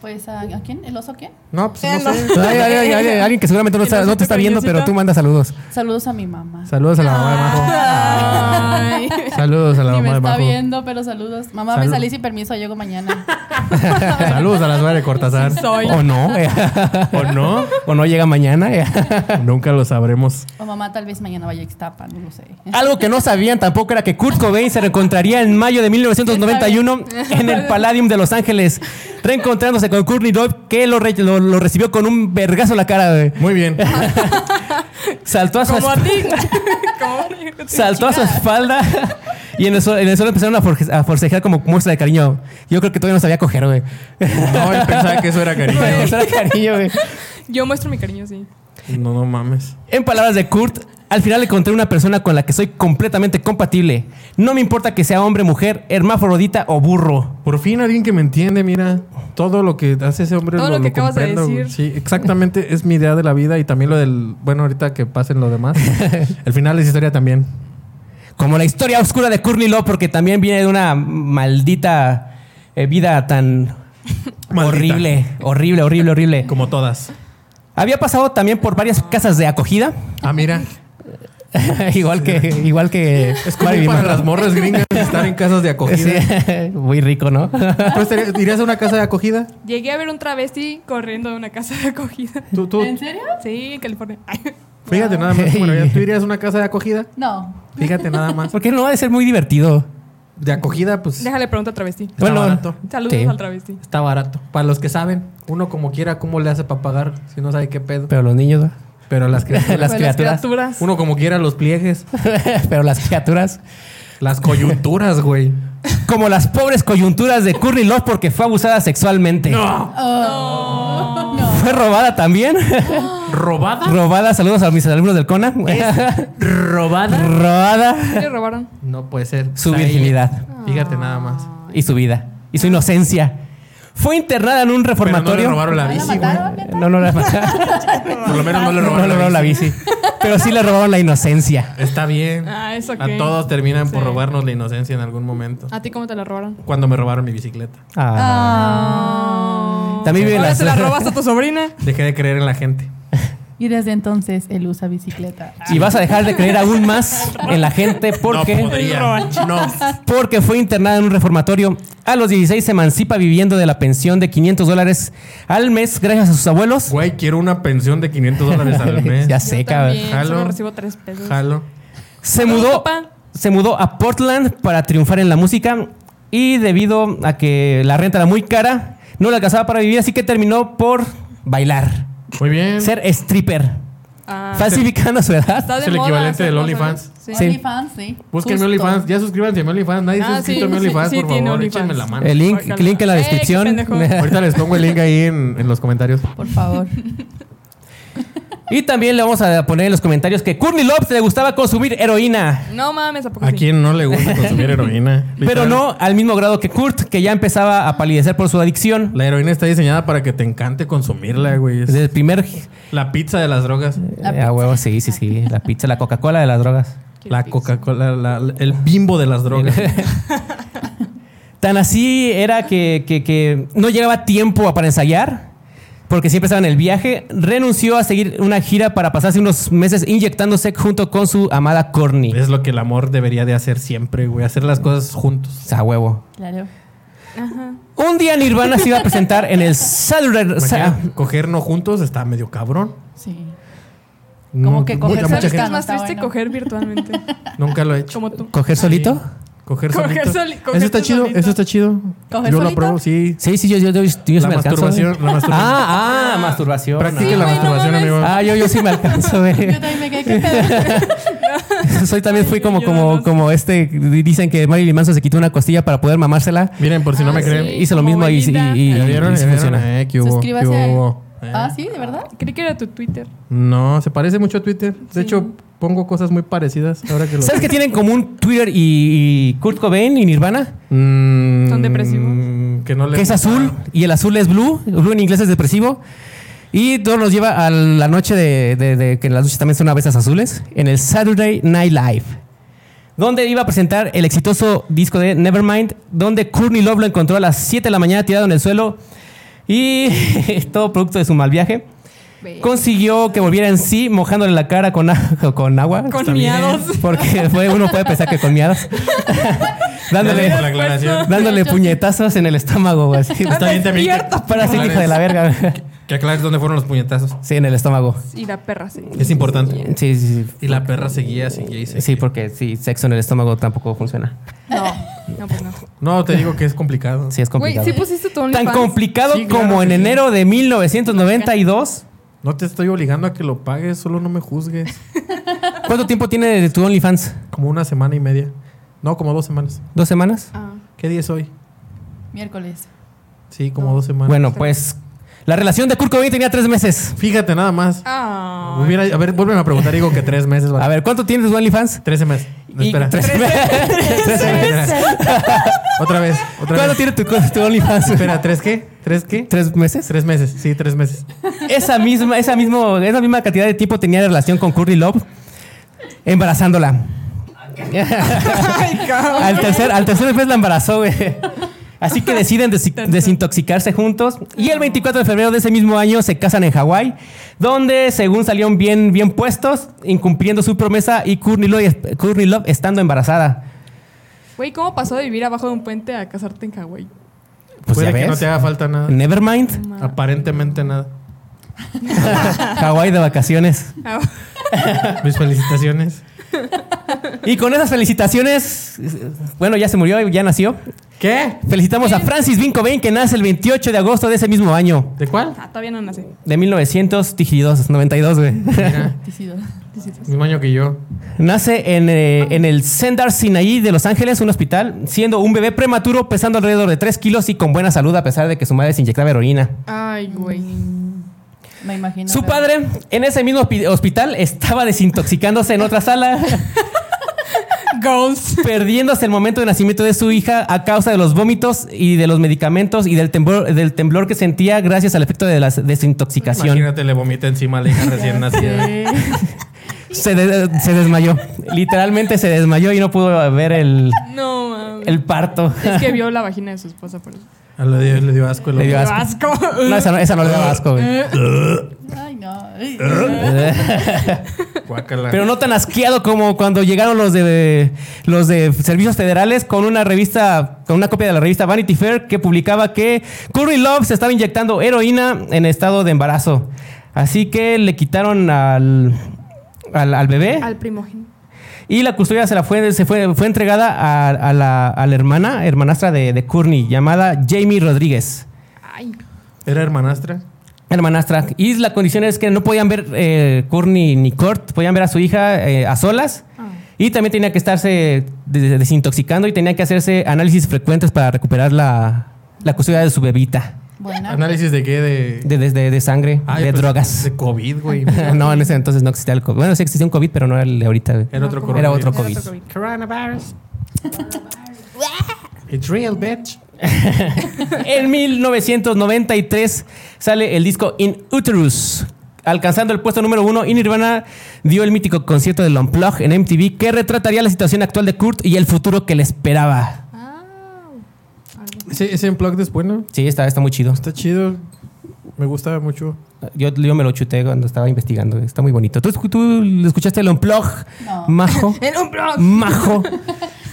Speaker 4: Pues a, ¿a quién? ¿El oso quién?
Speaker 3: No, pues no
Speaker 2: Eh, no.
Speaker 3: sé.
Speaker 1: Ay, ay, ay, ay, ay, alguien *laughs* que seguramente no, está- no te está viendo, pero tú mandas saludos.
Speaker 4: Saludos a mi mamá.
Speaker 3: Saludos a la mamá de Majo.
Speaker 2: Ah. *laughs* Ay.
Speaker 3: Saludos a la
Speaker 4: Ni
Speaker 3: mamá
Speaker 4: me
Speaker 3: de
Speaker 4: está
Speaker 3: Majo.
Speaker 4: viendo, pero saludos. Mamá,
Speaker 3: Salud.
Speaker 4: me salí sin permiso,
Speaker 3: *laughs*
Speaker 4: llego mañana. *laughs*
Speaker 3: Saludos a la nueva de Cortázar.
Speaker 1: O no, eh,
Speaker 3: *laughs* ¿O no?
Speaker 1: *laughs* o no llega mañana. eh.
Speaker 3: Nunca lo sabremos.
Speaker 4: O mamá tal vez mañana vaya a Ixtapa, no lo sé.
Speaker 1: Algo que no sabían tampoco era que Kurt Cobain se reencontraría en mayo de 1991 en el Palladium de Los Ángeles, reencontrándose con Courtney Love, que lo, re- lo- lo recibió con un vergazo en la cara. güey.
Speaker 3: Muy bien.
Speaker 1: Saltó a su,
Speaker 2: Como a
Speaker 1: esp-
Speaker 2: ti. Como a ti.
Speaker 1: saltó a su espalda y en el, suelo, en el suelo empezaron a, forje- a forcejear como muestra de cariño. Yo creo que todavía no sabía coger, güey.
Speaker 3: No, yo pensaba que eso era cariño.
Speaker 1: Muestra de cariño, güey.
Speaker 2: Yo muestro mi cariño, sí.
Speaker 3: No, no mames.
Speaker 1: En palabras de Kurt, al final encontré una persona con la que soy completamente compatible. No me importa que sea hombre, mujer, hermafrodita o burro.
Speaker 3: Por fin alguien que me entiende, mira. Todo lo que hace ese hombre
Speaker 2: Todo lo que acabas de
Speaker 3: comprendo,
Speaker 2: decir.
Speaker 3: güey. Sí, exactamente. Es mi idea de la vida y también lo del... Bueno, ahorita que pasen lo demás. El final es historia también.
Speaker 1: Como la historia oscura de Courtney Love, porque también viene de una maldita eh, vida tan
Speaker 3: Maldita.
Speaker 1: horrible, horrible, horrible, horrible.
Speaker 3: Como todas.
Speaker 1: Había pasado también por varias casas de acogida, *laughs*
Speaker 3: Ah, mira.
Speaker 1: igual que igual que
Speaker 3: Es como
Speaker 1: Barbie
Speaker 3: para
Speaker 1: Mann.
Speaker 3: las morras gringas estar en casas de
Speaker 1: Sí,
Speaker 3: acogida.
Speaker 1: *laughs* muy rico, ¿no?
Speaker 3: ¿Tú estarías- irías a una casa de acogida?
Speaker 2: Llegué a ver un travesti corriendo de una casa de acogida.
Speaker 3: Tú, tú-
Speaker 4: ¿En serio?
Speaker 2: Sí, en California. Ay.
Speaker 3: Fíjate nada más. Bueno, ya, ¿Tú irías a una casa de acogida?
Speaker 4: No.
Speaker 3: Fíjate nada más.
Speaker 1: Porque no ha de ser muy divertido.
Speaker 3: De acogida, pues...
Speaker 2: Déjale pregunta al travesti.
Speaker 3: Está barato.
Speaker 2: Saludos
Speaker 1: sí,
Speaker 2: al travesti.
Speaker 3: Está barato. Para los que saben, uno como quiera, ¿cómo le hace para pagar si no sabe qué pedo?
Speaker 1: Pero los niños, ¿no? *laughs*
Speaker 3: Pero las criaturas.
Speaker 1: Las
Speaker 2: Pues
Speaker 1: criaturas.
Speaker 2: criaturas.
Speaker 3: Uno como quiera, los pliegues,
Speaker 1: pero las criaturas.
Speaker 3: las coyunturas, güey.
Speaker 1: Como las pobres coyunturas de Courtney Love porque fue abusada sexualmente. Fue robada también.
Speaker 3: ¿Robada?
Speaker 1: *laughs* robada, saludos a mis alumnos del CONA.
Speaker 3: ¿Robada?
Speaker 1: robada.
Speaker 2: ¿Qué le robaron?
Speaker 3: No puede ser.
Speaker 1: Su
Speaker 3: Está Pues ahí.
Speaker 1: virginidad.
Speaker 3: Fíjate nada más.
Speaker 1: y su vida y su inocencia. Fue internada en un
Speaker 3: Pero no le
Speaker 1: reformatorio.
Speaker 3: robaron la
Speaker 4: ¿La
Speaker 3: bici, güey.
Speaker 4: mataron? neta?
Speaker 1: No, no
Speaker 3: *laughs*
Speaker 1: la
Speaker 3: Por lo menos no le
Speaker 1: no
Speaker 3: robaron
Speaker 1: le robaron la bici. Pero sí le robaron la inocencia.
Speaker 3: Está bien.
Speaker 2: Ah, eso
Speaker 3: A
Speaker 2: qué.
Speaker 3: todos terminan por
Speaker 2: Sí.
Speaker 3: robarnos la inocencia en algún momento.
Speaker 2: ¿A ti cómo te la robaron?
Speaker 3: Cuando me robaron mi bicicleta.
Speaker 1: Ah. También viven
Speaker 2: Ah. Ahora
Speaker 1: las-
Speaker 2: se la
Speaker 3: *laughs*
Speaker 2: robaste a tu sobrina.
Speaker 3: Dejé de creer en la gente.
Speaker 4: Y desde entonces él usa bicicleta.
Speaker 1: Y vas a dejar de creer aún más en la gente
Speaker 3: No
Speaker 1: porque,
Speaker 3: podría. No.
Speaker 1: porque fue internada en un reformatorio. A los 16 se emancipa viviendo de la pensión de 500 dólares al mes gracias a sus abuelos.
Speaker 3: Güey, quiero una pensión de 500 dólares *laughs* al mes.
Speaker 1: Ya sé, cabrón.
Speaker 2: También,
Speaker 3: Jalo.
Speaker 2: solo recibo tres pesos.
Speaker 3: Jalo.
Speaker 1: Se
Speaker 2: Saludos,
Speaker 1: mudó,
Speaker 2: papá.
Speaker 1: se mudó a Portland para triunfar en la música y debido a que la renta era muy cara, no le alcanzaba para vivir, así que terminó por bailar,
Speaker 3: Muy bien.
Speaker 1: ser stripper,
Speaker 2: Ah,
Speaker 1: falsificando su edad.
Speaker 2: está de
Speaker 3: Es el
Speaker 2: moda
Speaker 3: equivalente
Speaker 2: hacer
Speaker 3: del
Speaker 2: cosas.
Speaker 3: OnlyFans.
Speaker 2: Sí.
Speaker 1: Sí.
Speaker 4: OnlyFans, sí.
Speaker 3: Busquen mi
Speaker 4: Justo.
Speaker 3: OnlyFans. Ya suscríbanse a mi OnLifans. Nadie se
Speaker 2: Ah,
Speaker 3: ha suscrito a
Speaker 2: sí,
Speaker 3: mi
Speaker 2: sí,
Speaker 3: OnlyFans,
Speaker 2: sí,
Speaker 3: por
Speaker 2: tiene
Speaker 3: favor.
Speaker 2: OnlyFans.
Speaker 3: Échenme la mano.
Speaker 1: El link,
Speaker 2: Guácala.
Speaker 1: link en la
Speaker 2: Eh, qué
Speaker 1: descripción.
Speaker 2: pendejo.
Speaker 3: *laughs*
Speaker 1: *laughs*
Speaker 3: Ahorita les pongo el link ahí en, en los comentarios.
Speaker 4: Por favor.
Speaker 1: y también le vamos a poner en los comentarios que Courtney Love le gustaba consumir heroína.
Speaker 2: No mames, ¿a poco
Speaker 3: ¿A
Speaker 2: sí?
Speaker 3: quién no le gusta consumir heroína?
Speaker 1: Pero
Speaker 3: Literal,
Speaker 1: no al mismo grado que Kurt, que ya empezaba a palidecer por su adicción.
Speaker 3: La heroína está diseñada para que te encante consumirla, güey. Es
Speaker 1: Desde el primer...
Speaker 3: la pizza de las drogas.
Speaker 4: La
Speaker 1: eh, a huevo, sí, sí, sí. La pizza, la Coca-Cola de las drogas.
Speaker 3: La Coca-Cola, la- la- el bimbo de las drogas.
Speaker 1: *laughs* Tan así era que, que- que no llegaba tiempo para ensayar, porque siempre estaba en el viaje. Renunció a seguir una gira para pasarse unos meses inyectándose junto con su amada Corny.
Speaker 3: es lo que el amor debería de hacer siempre, güey. Hacer las cosas juntos.
Speaker 1: A huevo.
Speaker 4: *laughs* Claro.
Speaker 1: Un día Nirvana se iba a presentar en el Saturday. Sa-
Speaker 3: Imagina, coger no juntos está medio cabrón.
Speaker 4: Sí.
Speaker 3: No,
Speaker 4: Como que coger
Speaker 3: mucha,
Speaker 2: ¿Sabes
Speaker 3: mucha
Speaker 2: qué es
Speaker 3: gente
Speaker 4: cercano.
Speaker 2: más
Speaker 4: Está
Speaker 2: triste
Speaker 4: bueno.
Speaker 2: coger virtualmente?
Speaker 3: nunca lo he hecho.
Speaker 2: Como tú.
Speaker 1: ¿Coger solito?
Speaker 3: Coger,
Speaker 2: Coger
Speaker 3: solito.
Speaker 2: soli-
Speaker 3: eso está
Speaker 2: cogerte
Speaker 3: chido,
Speaker 2: solito.
Speaker 3: eso está chido.
Speaker 4: ¿Coger
Speaker 3: Yo lo
Speaker 4: solito?
Speaker 3: apruebo, sí.
Speaker 1: Sí, sí, yo, yo, yo, yo sí
Speaker 3: La
Speaker 1: me alcanzo.
Speaker 3: masturbación,
Speaker 1: eh.
Speaker 3: la masturbación.
Speaker 1: Ah, ah, masturbación.
Speaker 3: Practique
Speaker 1: ah.
Speaker 3: la
Speaker 2: güey, no
Speaker 3: masturbación,
Speaker 2: mames.
Speaker 3: amigo.
Speaker 1: Ah, yo, yo sí me alcanzo,
Speaker 4: Yo
Speaker 1: eh.
Speaker 4: también me quedé que pedo.
Speaker 1: Soy también fui como,
Speaker 2: Yo
Speaker 1: como,
Speaker 2: no.
Speaker 1: como este. Dicen que Marilyn Manson se quitó una costilla para poder mamársela.
Speaker 3: Miren, por si no
Speaker 2: Ah,
Speaker 3: me creen.
Speaker 2: sí.
Speaker 1: Hice lo
Speaker 2: como
Speaker 1: mismo y, y,
Speaker 2: Belinda.
Speaker 1: y-
Speaker 3: ¿Ya vieron?
Speaker 1: y sí
Speaker 3: ¿Ya vieron?
Speaker 1: funciona.
Speaker 3: Eh, ¿qué hubo?
Speaker 4: Suscríbase
Speaker 3: ¿Qué
Speaker 4: al-
Speaker 3: hubo? Eh.
Speaker 4: Ah, sí, de verdad.
Speaker 2: *laughs* Creí que era tu Twitter.
Speaker 3: No, se parece mucho a Twitter. De
Speaker 2: Sí.
Speaker 3: hecho, pongo cosas muy parecidas ahora que lo
Speaker 1: ¿Sabes qué tienen en común Twitter y, y Kurt Cobain y Nirvana?
Speaker 3: Mm,
Speaker 2: Son depresivos.
Speaker 3: Que no les
Speaker 1: Que es azul y el azul es blue. El blue en inglés es depresivo. Y todo nos lleva a la noche de, de- de que las noches también son a veces azules. En el Saturday Night Live. Donde iba a presentar el exitoso disco de Nevermind. Donde Courtney Love lo encontró a las 7 de la mañana tirado en el suelo. Y *laughs* todo producto de su mal viaje.
Speaker 2: Ve.
Speaker 1: Consiguió que volviera en sí mojándole la cara con, a- *laughs* con agua.
Speaker 2: Con
Speaker 1: Está bien.
Speaker 2: miados.
Speaker 1: Porque fue, uno puede pensar que con
Speaker 3: *laughs*
Speaker 1: miados. dándole
Speaker 3: Por la
Speaker 2: Pues
Speaker 3: aclaración.
Speaker 1: dándole
Speaker 4: Yo sí.
Speaker 1: puñetazos en el estómago, güey. así.
Speaker 3: Está bien también. que-
Speaker 1: Para ser hijo de la verga. güey.
Speaker 3: Que aclares dónde fueron los puñetazos.
Speaker 1: Sí, en el estómago.
Speaker 2: Y la perra, sí.
Speaker 3: Es importante.
Speaker 1: Sí, sí,
Speaker 3: Y la perra seguía, seguía y
Speaker 1: sí.
Speaker 3: seguía.
Speaker 1: Sí, porque sí, sexo en el estómago tampoco funciona.
Speaker 2: No, no, pues no.
Speaker 3: No, te digo que es complicado.
Speaker 1: Sí, es
Speaker 2: Güey,
Speaker 1: complicado.
Speaker 2: sí pusiste tu
Speaker 1: Tan
Speaker 2: OnlyFans.
Speaker 1: complicado
Speaker 3: Sí, claro
Speaker 1: como
Speaker 3: que
Speaker 1: en
Speaker 3: sí.
Speaker 1: enero de 1992.
Speaker 3: No te estoy obligando a que lo pagues, solo no me juzgues.
Speaker 1: ¿Cuánto tiempo tiene de tu OnlyFans?
Speaker 3: Como una semana y media. No, como dos semanas.
Speaker 1: ¿Dos semanas?
Speaker 2: Ah.
Speaker 3: ¿Qué día es hoy?
Speaker 4: Miércoles.
Speaker 3: Sí, como dos semanas.
Speaker 1: Bueno, pues la relación de Kurt Cobain tenía tres meses.
Speaker 3: Fíjate nada más.
Speaker 1: *laughs*
Speaker 2: Ah.
Speaker 3: Hubiera- a ver, vuelven a preguntar, digo que tres meses.
Speaker 1: A
Speaker 3: A ver.
Speaker 1: ver, ¿cuánto tienes de tu OnlyFans?
Speaker 3: Trece meses. No,
Speaker 1: Y- *laughs*
Speaker 3: espera. *laughs*
Speaker 1: tres meses.
Speaker 3: Tres meses. *laughs* Otra vez. Otra
Speaker 1: ¿Cuánto
Speaker 3: vez.
Speaker 1: tiene tu, tu OnlyFans?
Speaker 3: Espera, ¿tres qué? ¿Tres qué?
Speaker 1: ¿Tres meses?
Speaker 3: Tres meses. Sí, tres meses.
Speaker 1: Esa misma, esa, mismo, esa misma cantidad de tiempo tenía de relación con Curry Love, embarazándola. al, tercer, al tercer mes la embarazó, güey. Así que deciden desi- desintoxicarse juntos. Y el 24 de febrero de ese mismo año se casan en Hawái, donde, según salieron bien, bien puestos, incumpliendo su promesa y Courtney Love, Courtney Love estando embarazada.
Speaker 2: Güey, ¿cómo pasó de vivir abajo de un puente a casarte en Hawái?
Speaker 1: Pues
Speaker 3: Puede
Speaker 1: ya
Speaker 3: que no
Speaker 1: ves.
Speaker 3: te haga falta nada. *laughs*
Speaker 1: Nevermind.
Speaker 3: Aparentemente nada.
Speaker 1: Hawái de vacaciones.
Speaker 2: Ah,
Speaker 3: Mis felicitaciones.
Speaker 1: Y con esas felicitaciones, bueno, ya se murió, ya nació.
Speaker 3: ¿Qué?
Speaker 1: Felicitamos a Francis Vincobain, que nace el 28 de agosto de ese mismo año,
Speaker 3: ¿De cuál?
Speaker 2: ah, todavía no nace.
Speaker 1: de 1992, 92, güey.
Speaker 3: Mira,
Speaker 4: Ticido.
Speaker 3: mismo año que yo.
Speaker 1: nace en, eh, en el Sendar Sinaí de Los Ángeles, un hospital, siendo un bebé prematuro, pesando alrededor de 3 kilos y con buena salud, a pesar de que su madre se inyectaba heroína.
Speaker 2: Ay, güey.
Speaker 4: Me imagino.
Speaker 1: Su
Speaker 4: pero-
Speaker 1: padre, en ese mismo hospi- hospital, estaba desintoxicándose en otra sala,
Speaker 2: Goals.
Speaker 1: perdiéndose el momento de nacimiento de su hija a causa de los vómitos y de los medicamentos y del temblor, del temblor que sentía gracias al efecto de la desintoxicación.
Speaker 3: Imagínate, le vomita encima a la hija recién nacida.
Speaker 2: *laughs*
Speaker 1: Se, de- se desmayó. Literalmente se desmayó y no pudo ver el,
Speaker 2: No, mames.
Speaker 1: el parto.
Speaker 2: Es que vio la vagina de su esposa por eso.
Speaker 3: A lo de- le dio asco el
Speaker 1: Le dio
Speaker 3: hombre.
Speaker 1: asco. No, esa no, esa no le daba asco,
Speaker 2: *laughs*
Speaker 1: güey.
Speaker 2: Eh.
Speaker 3: *laughs*
Speaker 4: Ay, no. Ay.
Speaker 3: Guácala.
Speaker 1: Pero no tan asqueado como cuando llegaron los de los de servicios federales con una revista, con una copia de la revista Vanity Fair que publicaba que Curry Love se estaba inyectando heroína en estado de embarazo. Así que le quitaron al, al, al bebé.
Speaker 2: Al primogénito.
Speaker 1: Y la custodia se la fue, se fue, fue entregada a, a la, a la hermana, hermanastra de, de Courtney, llamada Jamie Rodríguez.
Speaker 2: Ay.
Speaker 3: ¿Era hermanastra?
Speaker 1: Hermanastra. Y la condición es que no podían ver eh, Courtney ni Kurt, podían ver a su hija eh, a solas.
Speaker 2: Ah.
Speaker 1: Y también tenía que estarse des- desintoxicando y tenía que hacerse análisis frecuentes para recuperar la, la custodia de su bebita.
Speaker 4: Buena.
Speaker 3: ¿Análisis de qué? De,
Speaker 1: De, de- de- de sangre,
Speaker 3: Ay,
Speaker 1: de
Speaker 3: pues,
Speaker 1: drogas.
Speaker 3: De COVID, güey.
Speaker 1: *laughs* no, en ese entonces no existía el COVID. Bueno, sí existía un COVID, pero no era el de ahorita. güey.
Speaker 3: Era otro
Speaker 2: No,
Speaker 3: COVID.
Speaker 1: Era otro COVID.
Speaker 3: Coronavirus. It's real, bitch.
Speaker 1: En 1993 sale el disco In Uterus, alcanzando el puesto número uno. Y Nirvana dio el mítico concierto del Unplugged en MTV que retrataría la situación actual de Kurt y el futuro que le esperaba.
Speaker 2: Ah.
Speaker 3: Ese, ese unplugged es bueno.
Speaker 1: Sí, está, está muy chido.
Speaker 3: Está chido. Me gusta mucho.
Speaker 1: Yo, yo me lo chuté cuando estaba investigando. Está muy bonito. ¿Tú, tú escuchaste el Unplugged?
Speaker 4: No.
Speaker 1: Majo.
Speaker 2: *laughs* El un
Speaker 1: Majo.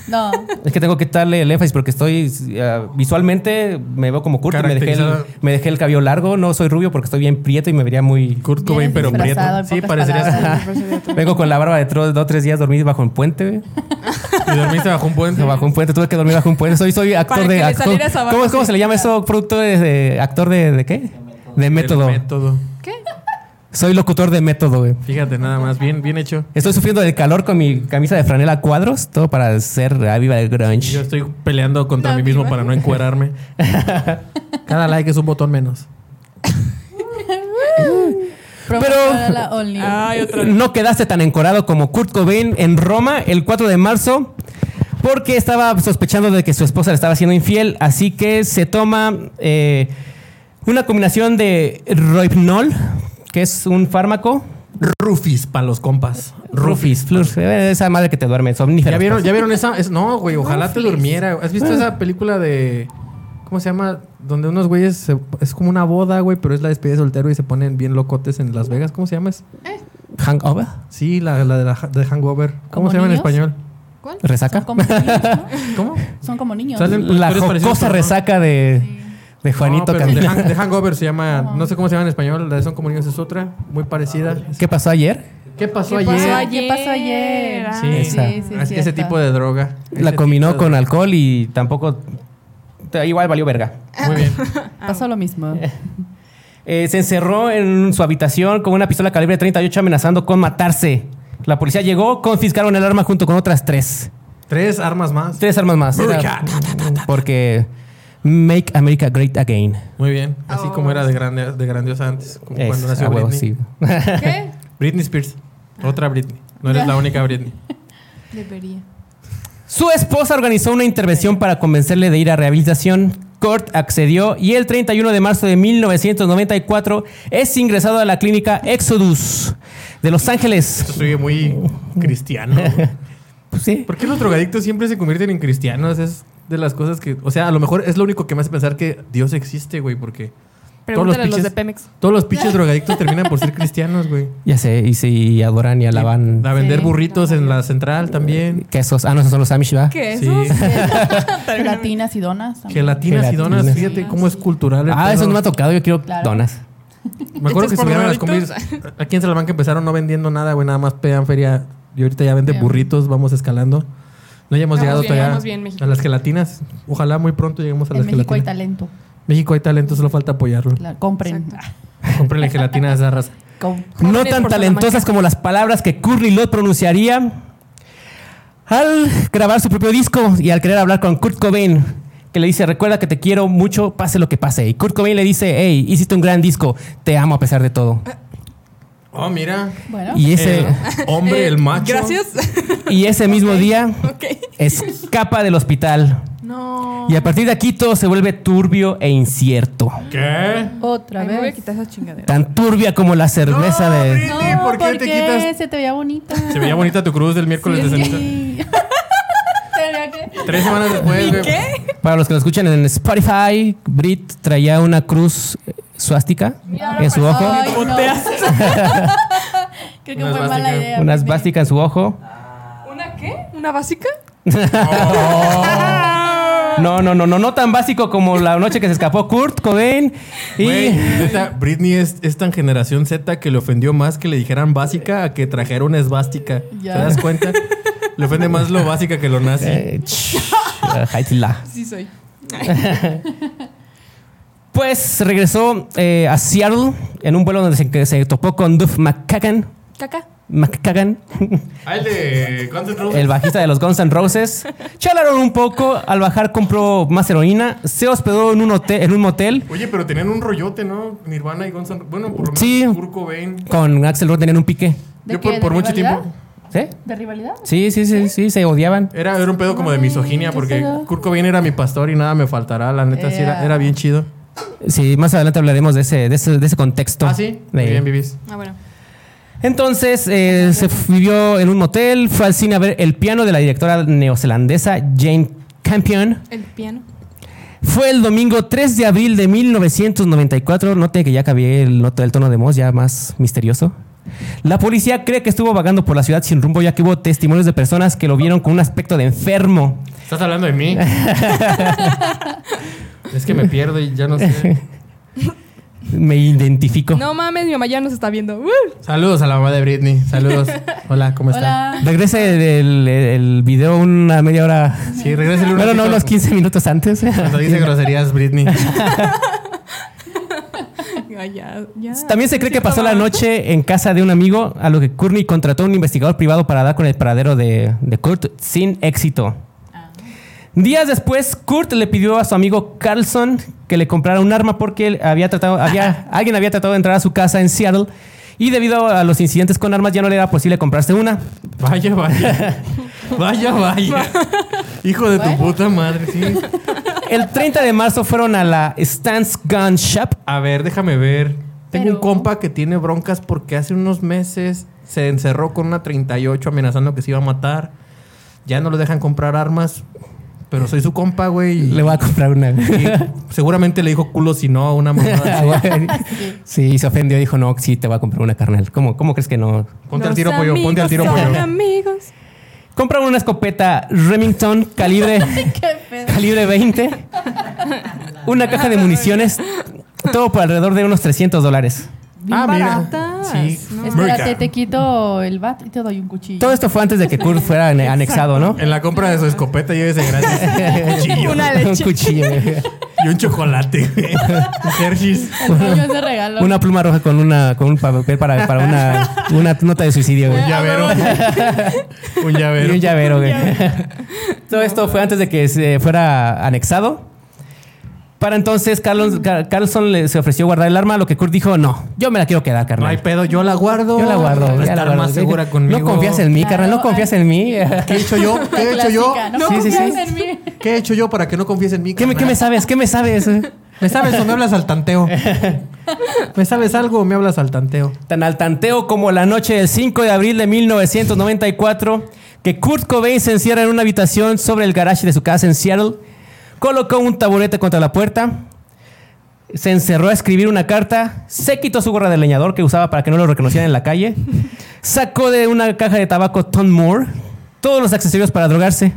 Speaker 4: No.
Speaker 1: Es que tengo que darle el énfasis porque estoy ah, visualmente me veo como Kurt. y Me dejé, el,
Speaker 3: Caracterizado.
Speaker 1: me dejé el cabello largo. No soy rubio porque estoy bien prieto y me vería muy
Speaker 2: *laughs*
Speaker 3: Kurt Cobain,
Speaker 4: Vienes
Speaker 3: pero prieto.
Speaker 4: disfrazado, en
Speaker 3: Sí,
Speaker 4: pocas
Speaker 3: parecerías.
Speaker 4: palabras.
Speaker 1: Vengo con la barba de tro- dos o tres días dormí bajo un puente, güey.
Speaker 3: Y dormiste bajo un puente.
Speaker 1: Bajo un puente, tuve que dormir bajo un puente. Soy, soy actor
Speaker 2: Para que
Speaker 1: de
Speaker 2: le
Speaker 1: actor.
Speaker 2: saliera esa barba
Speaker 1: ¿Cómo, es- cómo se le llama eso? Producto de, de- actor de, de qué? De
Speaker 3: Del
Speaker 1: método.
Speaker 3: método.
Speaker 2: ¿Qué?
Speaker 1: Soy locutor de método, güey.
Speaker 3: Fíjate nada más. Bien, bien hecho.
Speaker 1: Estoy sufriendo del calor con mi camisa de franela a cuadros, todo para ser la viva del
Speaker 3: Yo
Speaker 1: grunge.
Speaker 3: estoy peleando contra
Speaker 2: La
Speaker 3: mí mismo
Speaker 1: *laughs*
Speaker 2: viva.
Speaker 3: para no encuerarme. Cada like es un botón menos.
Speaker 4: Promotora la Only.
Speaker 3: Ah.
Speaker 2: Ay, otra vez.
Speaker 1: no quedaste tan encorado como Kurt Cobain en Roma el 4 de marzo porque estaba sospechando de que su esposa le estaba siendo infiel, así que se toma eh, una combinación de roipnol, que es un fármaco,
Speaker 3: Rufis para los compas.
Speaker 1: rufis, flur, eh, esa madre que te duerme, somnífera.
Speaker 3: ¿Ya vieron, ¿Ya vieron esa? es- no, güey, ojalá te
Speaker 4: Rufis.
Speaker 3: durmiera.
Speaker 1: Ah.
Speaker 3: ¿Has visto esa película de. ¿Cómo se llama? Donde unos güeyes. se- es como una boda, güey, pero es la despedida de soltero y se ponen bien locotes en Las Vegas. ¿Cómo se llama? esa?
Speaker 1: pues. Hangover,
Speaker 3: Sí, la, la de, la- de Hangover. ¿Cómo,
Speaker 4: ¿Como
Speaker 3: se llama
Speaker 4: niños?
Speaker 3: en español?
Speaker 2: ¿Cuál?
Speaker 1: resaca. *laughs*
Speaker 4: Son como niños,
Speaker 3: *laughs*
Speaker 4: ¿no?
Speaker 3: ¿Cómo?
Speaker 4: Son como niños.
Speaker 3: Salen-
Speaker 1: La
Speaker 3: Actores parecidos,
Speaker 1: jocosa
Speaker 3: ¿no?
Speaker 1: resaca de, de
Speaker 3: No,
Speaker 1: Juanito
Speaker 3: pero de,
Speaker 1: Candela.
Speaker 3: Han- de Hangover se llama. No sé cómo se llama en español. La de Son como niños es otra, muy parecida.
Speaker 1: ¿Qué pasó ayer?
Speaker 3: ¿Qué
Speaker 2: ¿Qué
Speaker 3: pasó ayer?
Speaker 2: pasó ayer?
Speaker 4: ¿Qué pasó ayer?
Speaker 2: Ah,
Speaker 3: Sí,
Speaker 1: esa.
Speaker 4: Sí, sí,
Speaker 3: es- ese
Speaker 4: cierto.
Speaker 3: tipo de droga.
Speaker 1: La
Speaker 3: Ese
Speaker 1: combinó
Speaker 3: tipo
Speaker 1: con
Speaker 3: de-
Speaker 1: alcohol y tampoco... Igual valió verga.
Speaker 3: Muy bien.
Speaker 4: Pasó lo
Speaker 3: *laughs*
Speaker 4: mismo.
Speaker 1: Eh, se encerró en su habitación con una pistola calibre 38 amenazando con matarse. La policía llegó, confiscaron el arma junto con otras tres.
Speaker 3: Tres armas más.
Speaker 1: Tres armas más. Era- *laughs* porque Make America Great Again.
Speaker 3: Muy bien. Así
Speaker 2: Oh.
Speaker 3: como era de, grande, de grandiosa antes. Como
Speaker 1: Es,
Speaker 3: cuando nació
Speaker 1: a huevo,
Speaker 3: Britney.
Speaker 1: sí.
Speaker 2: ¿Qué?
Speaker 3: Britney Spears. Otra Britney. No eres la única Britney.
Speaker 1: Ah.
Speaker 2: Debería.
Speaker 1: Su esposa organizó una intervención para convencerle de ir a rehabilitación. Kurt accedió y el 31 de marzo de 1994 es ingresado a la clínica Exodus de Los Ángeles.
Speaker 3: Esto soy muy cristiano.
Speaker 1: Pues sí.
Speaker 3: ¿Por qué los drogadictos siempre se convierten en cristianos? Es de las cosas que... O sea, a lo mejor es lo único que me hace pensar que Dios existe, güey. Porque
Speaker 2: Pregúntale a los
Speaker 3: pinches-
Speaker 2: de Pemex.
Speaker 3: todos los pinches drogadictos terminan por ser cristianos, güey.
Speaker 1: Ya sé, y si adoran y alaban
Speaker 3: A vender
Speaker 4: Sí.
Speaker 3: burritos en la central también.
Speaker 1: quesos. Ah, no, esos son los Amish, ¿verdad?
Speaker 2: ¿Qué es
Speaker 3: Sí.
Speaker 2: eso?
Speaker 4: Gelatinas y donas. también.
Speaker 3: Gelatinas y donas.
Speaker 1: Gelatinas.
Speaker 3: Fíjate cómo es cultural. el
Speaker 1: Ah,
Speaker 3: pedo.
Speaker 1: eso no me ha tocado. Yo quiero
Speaker 4: Claro.
Speaker 1: donas.
Speaker 3: Me acuerdo
Speaker 2: Hechas por
Speaker 3: que estuvieron las comidas.
Speaker 2: drogadictos.
Speaker 3: Aquí en Salamanca empezaron no vendiendo nada, güey, nada más pedan feria. Y ahorita ya vende
Speaker 4: Pean.
Speaker 3: burritos, vamos escalando. No ya hemos
Speaker 2: Vamos
Speaker 3: llegado
Speaker 2: bien,
Speaker 3: todavía
Speaker 2: vamos bien, México.
Speaker 3: a las gelatinas. Ojalá muy pronto lleguemos a
Speaker 4: En
Speaker 3: las
Speaker 4: México hay
Speaker 3: gelatinas.
Speaker 4: talento.
Speaker 3: México hay talento, solo falta apoyarlo.
Speaker 4: Claro, compren. Ah,
Speaker 2: Exacto.
Speaker 3: Cómprenle gelatina a esa raza.
Speaker 4: Com-
Speaker 1: No
Speaker 2: Jóvenes
Speaker 1: tan
Speaker 2: por
Speaker 1: talentosas
Speaker 2: Salamanca.
Speaker 1: como las palabras que Curly Lot pronunciaría al grabar su propio disco y al querer hablar con Kurt Cobain, que le dice, recuerda que te quiero mucho, pase lo que pase. Y Kurt Cobain le dice, hey, hiciste un gran disco, te amo a pesar de todo.
Speaker 3: Oh, mira.
Speaker 4: Bueno,
Speaker 3: Eh.
Speaker 1: Y ese,
Speaker 3: El hombre,
Speaker 2: Eh,
Speaker 3: el macho.
Speaker 2: Gracias. *laughs*
Speaker 1: y ese mismo día
Speaker 2: ok.
Speaker 1: escapa del hospital.
Speaker 2: No.
Speaker 1: Y a partir de aquí todo se vuelve turbio e incierto.
Speaker 3: ¿Qué?
Speaker 4: otra
Speaker 2: Ay, me voy a
Speaker 4: vez.
Speaker 2: quitar esa chingadera.
Speaker 1: Tan turbia como la cerveza
Speaker 3: No,
Speaker 1: de...
Speaker 3: Britney, ¿por qué te quitas?
Speaker 4: Se te veía bonita.
Speaker 3: Se veía bonita tu cruz del miércoles de ceniza.
Speaker 4: Sí. *laughs* Se veía que-
Speaker 3: Tres semanas después, güey.
Speaker 1: Para los que lo escuchan en Spotify, Brit traía una cruz eh, suástica en su ojo,
Speaker 4: pues, Ay, no. *laughs* Creo que
Speaker 3: Una
Speaker 4: fue
Speaker 3: esvástica.
Speaker 4: mala idea.
Speaker 1: una
Speaker 4: Britney.
Speaker 1: esvástica en su ojo.
Speaker 2: ¿Una qué? ¿Una básica?
Speaker 1: No, no, no, no, no tan básico como la noche que se escapó Kurt Cobain y
Speaker 3: Güey, neta, Britney es, es tan generación Z que le ofendió más que le dijeran básica a que trajera una esvástica.
Speaker 4: Ya.
Speaker 3: ¿Te das cuenta? Le ofende más lo básica que lo nazi.
Speaker 1: Eh, ch- eh, Jaitila.
Speaker 2: Sí, soy.
Speaker 1: Pues regresó eh, a Seattle en un vuelo donde se, que se topó con Duff McKagan,
Speaker 2: Caca.
Speaker 1: McKagan,
Speaker 3: Ah, el de Guns N' Roses.
Speaker 1: el bajista de los Guns N' Roses. Charlaron un poco, al bajar compró más heroína, se hospedó en un hotel, en un motel
Speaker 3: Oye, pero tenían un rollote, ¿no? Nirvana y Guns N' Roses. Bueno, por lo menos
Speaker 1: Sí.
Speaker 3: Kurt Cobain.
Speaker 1: con Axel Rod tenían un pique.
Speaker 4: ¿De
Speaker 3: Yo
Speaker 4: qué?
Speaker 3: por,
Speaker 4: ¿De
Speaker 3: por mucho
Speaker 4: rivalidad?
Speaker 3: tiempo.
Speaker 1: ¿Sí?
Speaker 4: ¿De rivalidad?
Speaker 1: Sí, sí, sí, sí, se odiaban.
Speaker 3: Era, era un pedo como de misoginia porque
Speaker 4: pedo. Eh.
Speaker 3: Kurt Cobain era mi pastor y nada me faltará. La neta, sí, era,
Speaker 4: Ea.
Speaker 3: era bien chido.
Speaker 1: Sí, más adelante hablaremos de ese, de ese, de ese contexto.
Speaker 3: Ah, sí.
Speaker 1: De-
Speaker 3: Muy bien, vivís.
Speaker 2: Ah, bueno.
Speaker 1: Entonces eh, se f- vivió en un motel, fue al cine a ver el piano de la directora neozelandesa Jane Campion.
Speaker 2: El piano.
Speaker 1: Fue el domingo 3 de abril de 1994. Note que ya cambié el, noto- el tono de voz, ya más misterioso. La policía cree que estuvo vagando por la ciudad sin rumbo, ya que hubo testimonios de personas que lo vieron con un aspecto de enfermo.
Speaker 3: ¿Estás hablando
Speaker 1: *laughs*
Speaker 3: de mí? es que me pierdo y ya no sé.
Speaker 1: *laughs* Me identifico.
Speaker 2: No mames, mi mamá ya nos está viendo. ¡Uh!
Speaker 3: Saludos a la mamá de Britney.
Speaker 4: *laughs*
Speaker 3: Saludos. Hola, ¿cómo está?
Speaker 4: Hola.
Speaker 1: Regrese el, el video una media hora.
Speaker 3: Sí, regresa el lunes.
Speaker 1: Bueno, no, unos 15 minutos antes.
Speaker 3: Cuando dice groserías Britney.
Speaker 2: *laughs* Ay, ya, ya.
Speaker 1: También se cree que
Speaker 2: Siento
Speaker 1: pasó la
Speaker 2: mal.
Speaker 1: noche en casa de un amigo, a lo que Courtney contrató a un investigador privado para dar con el paradero de, de Kurt sin éxito. Días después, Kurt le pidió a su amigo Carlson que le comprara un arma porque él había tratado, había, alguien había tratado de entrar a su casa en Seattle y debido a los incidentes con armas ya no le era posible comprarse una.
Speaker 3: *laughs* Vaya, vaya. Vaya, vaya. Hijo de tu
Speaker 4: Bueno.
Speaker 3: puta madre, sí.
Speaker 1: El 30 de marzo fueron a la Stance Gun Shop.
Speaker 3: A ver, déjame ver. Tengo un
Speaker 4: Pero-
Speaker 3: compa que tiene broncas porque hace unos meses se encerró con una 38 amenazando que se iba a matar. Ya no lo dejan comprar armas. Pero soy su compa, güey. y-
Speaker 1: Le voy a comprar una. *laughs*
Speaker 3: y seguramente le dijo culo si no a una *laughs* mamada. así.
Speaker 1: sí, se ofendió. Dijo, no, sí, te voy a comprar una, carnal. ¿Cómo, cómo crees que no?
Speaker 3: Ponte al
Speaker 2: Los
Speaker 3: tiro, pollo. Ponte al
Speaker 2: amigos
Speaker 3: tiro,
Speaker 2: son
Speaker 3: pollo.
Speaker 2: amigos.
Speaker 1: Compraron una escopeta Remington calibre,
Speaker 4: Qué pedo.
Speaker 1: calibre 20, una caja de municiones, todo por alrededor de unos 300 dólares.
Speaker 4: Bien
Speaker 3: Ah, mira.
Speaker 2: baratas,
Speaker 3: Sí.
Speaker 2: ¿no?
Speaker 4: Espérate,
Speaker 3: Merca.
Speaker 4: te quito el bat y te doy un cuchillo.
Speaker 1: Todo esto fue antes de que Kurt fuera ane- anexado, ¿no?
Speaker 3: En la compra de su escopeta llévese
Speaker 1: *laughs*
Speaker 3: gratis.
Speaker 2: Una
Speaker 1: Un
Speaker 2: leche.
Speaker 1: cuchillo. *laughs*
Speaker 3: Y un chocolate, güey. Un Hershey's.
Speaker 4: El sueño es de regalo.
Speaker 1: Una pluma roja con una con un papel para, para una, una nota de suicidio, güey.
Speaker 3: Un llavero. un
Speaker 1: Ah, Y
Speaker 3: llavero.
Speaker 1: un llavero, güey. *laughs* Todo esto fue antes de que se fuera anexado. Para entonces, Carlos, Car- Carlson le, se ofreció guardar el arma, lo que Kurt dijo, no, yo me la quiero quedar,
Speaker 3: No hay
Speaker 1: carnal.
Speaker 3: pedo, yo la guardo.
Speaker 1: yo la guardo.
Speaker 3: Va a
Speaker 1: ya la
Speaker 3: estar
Speaker 1: guardo.
Speaker 3: más segura conmigo.
Speaker 1: No confías en mí,
Speaker 4: Claro,
Speaker 1: carnal, no confías en mí.
Speaker 3: ¿Qué he hecho yo?
Speaker 4: La
Speaker 3: ¿Qué he hecho yo?
Speaker 4: clásica,
Speaker 2: No
Speaker 4: No
Speaker 1: Sí, sí, sí.
Speaker 4: confías en mí.
Speaker 3: ¿Qué he hecho yo para que no confíes en mí?
Speaker 1: ¿Qué me, qué me
Speaker 3: carnal?
Speaker 1: sabes? ¿Qué me sabes?
Speaker 3: ¿Me sabes o me hablas al
Speaker 1: *laughs*
Speaker 3: tanteo? ¿Me sabes algo o me hablas al tanteo?
Speaker 1: Tan al tanteo como la noche del 5 de abril de 1994, que Kurt Cobain se encierra en una habitación sobre el garage de su casa en Seattle, colocó un taburete contra la puerta, se encerró a escribir una carta, se quitó su gorra de leñador que usaba para que no lo reconocieran en la calle, sacó de una caja de tabaco Tom Moore todos los accesorios para drogarse,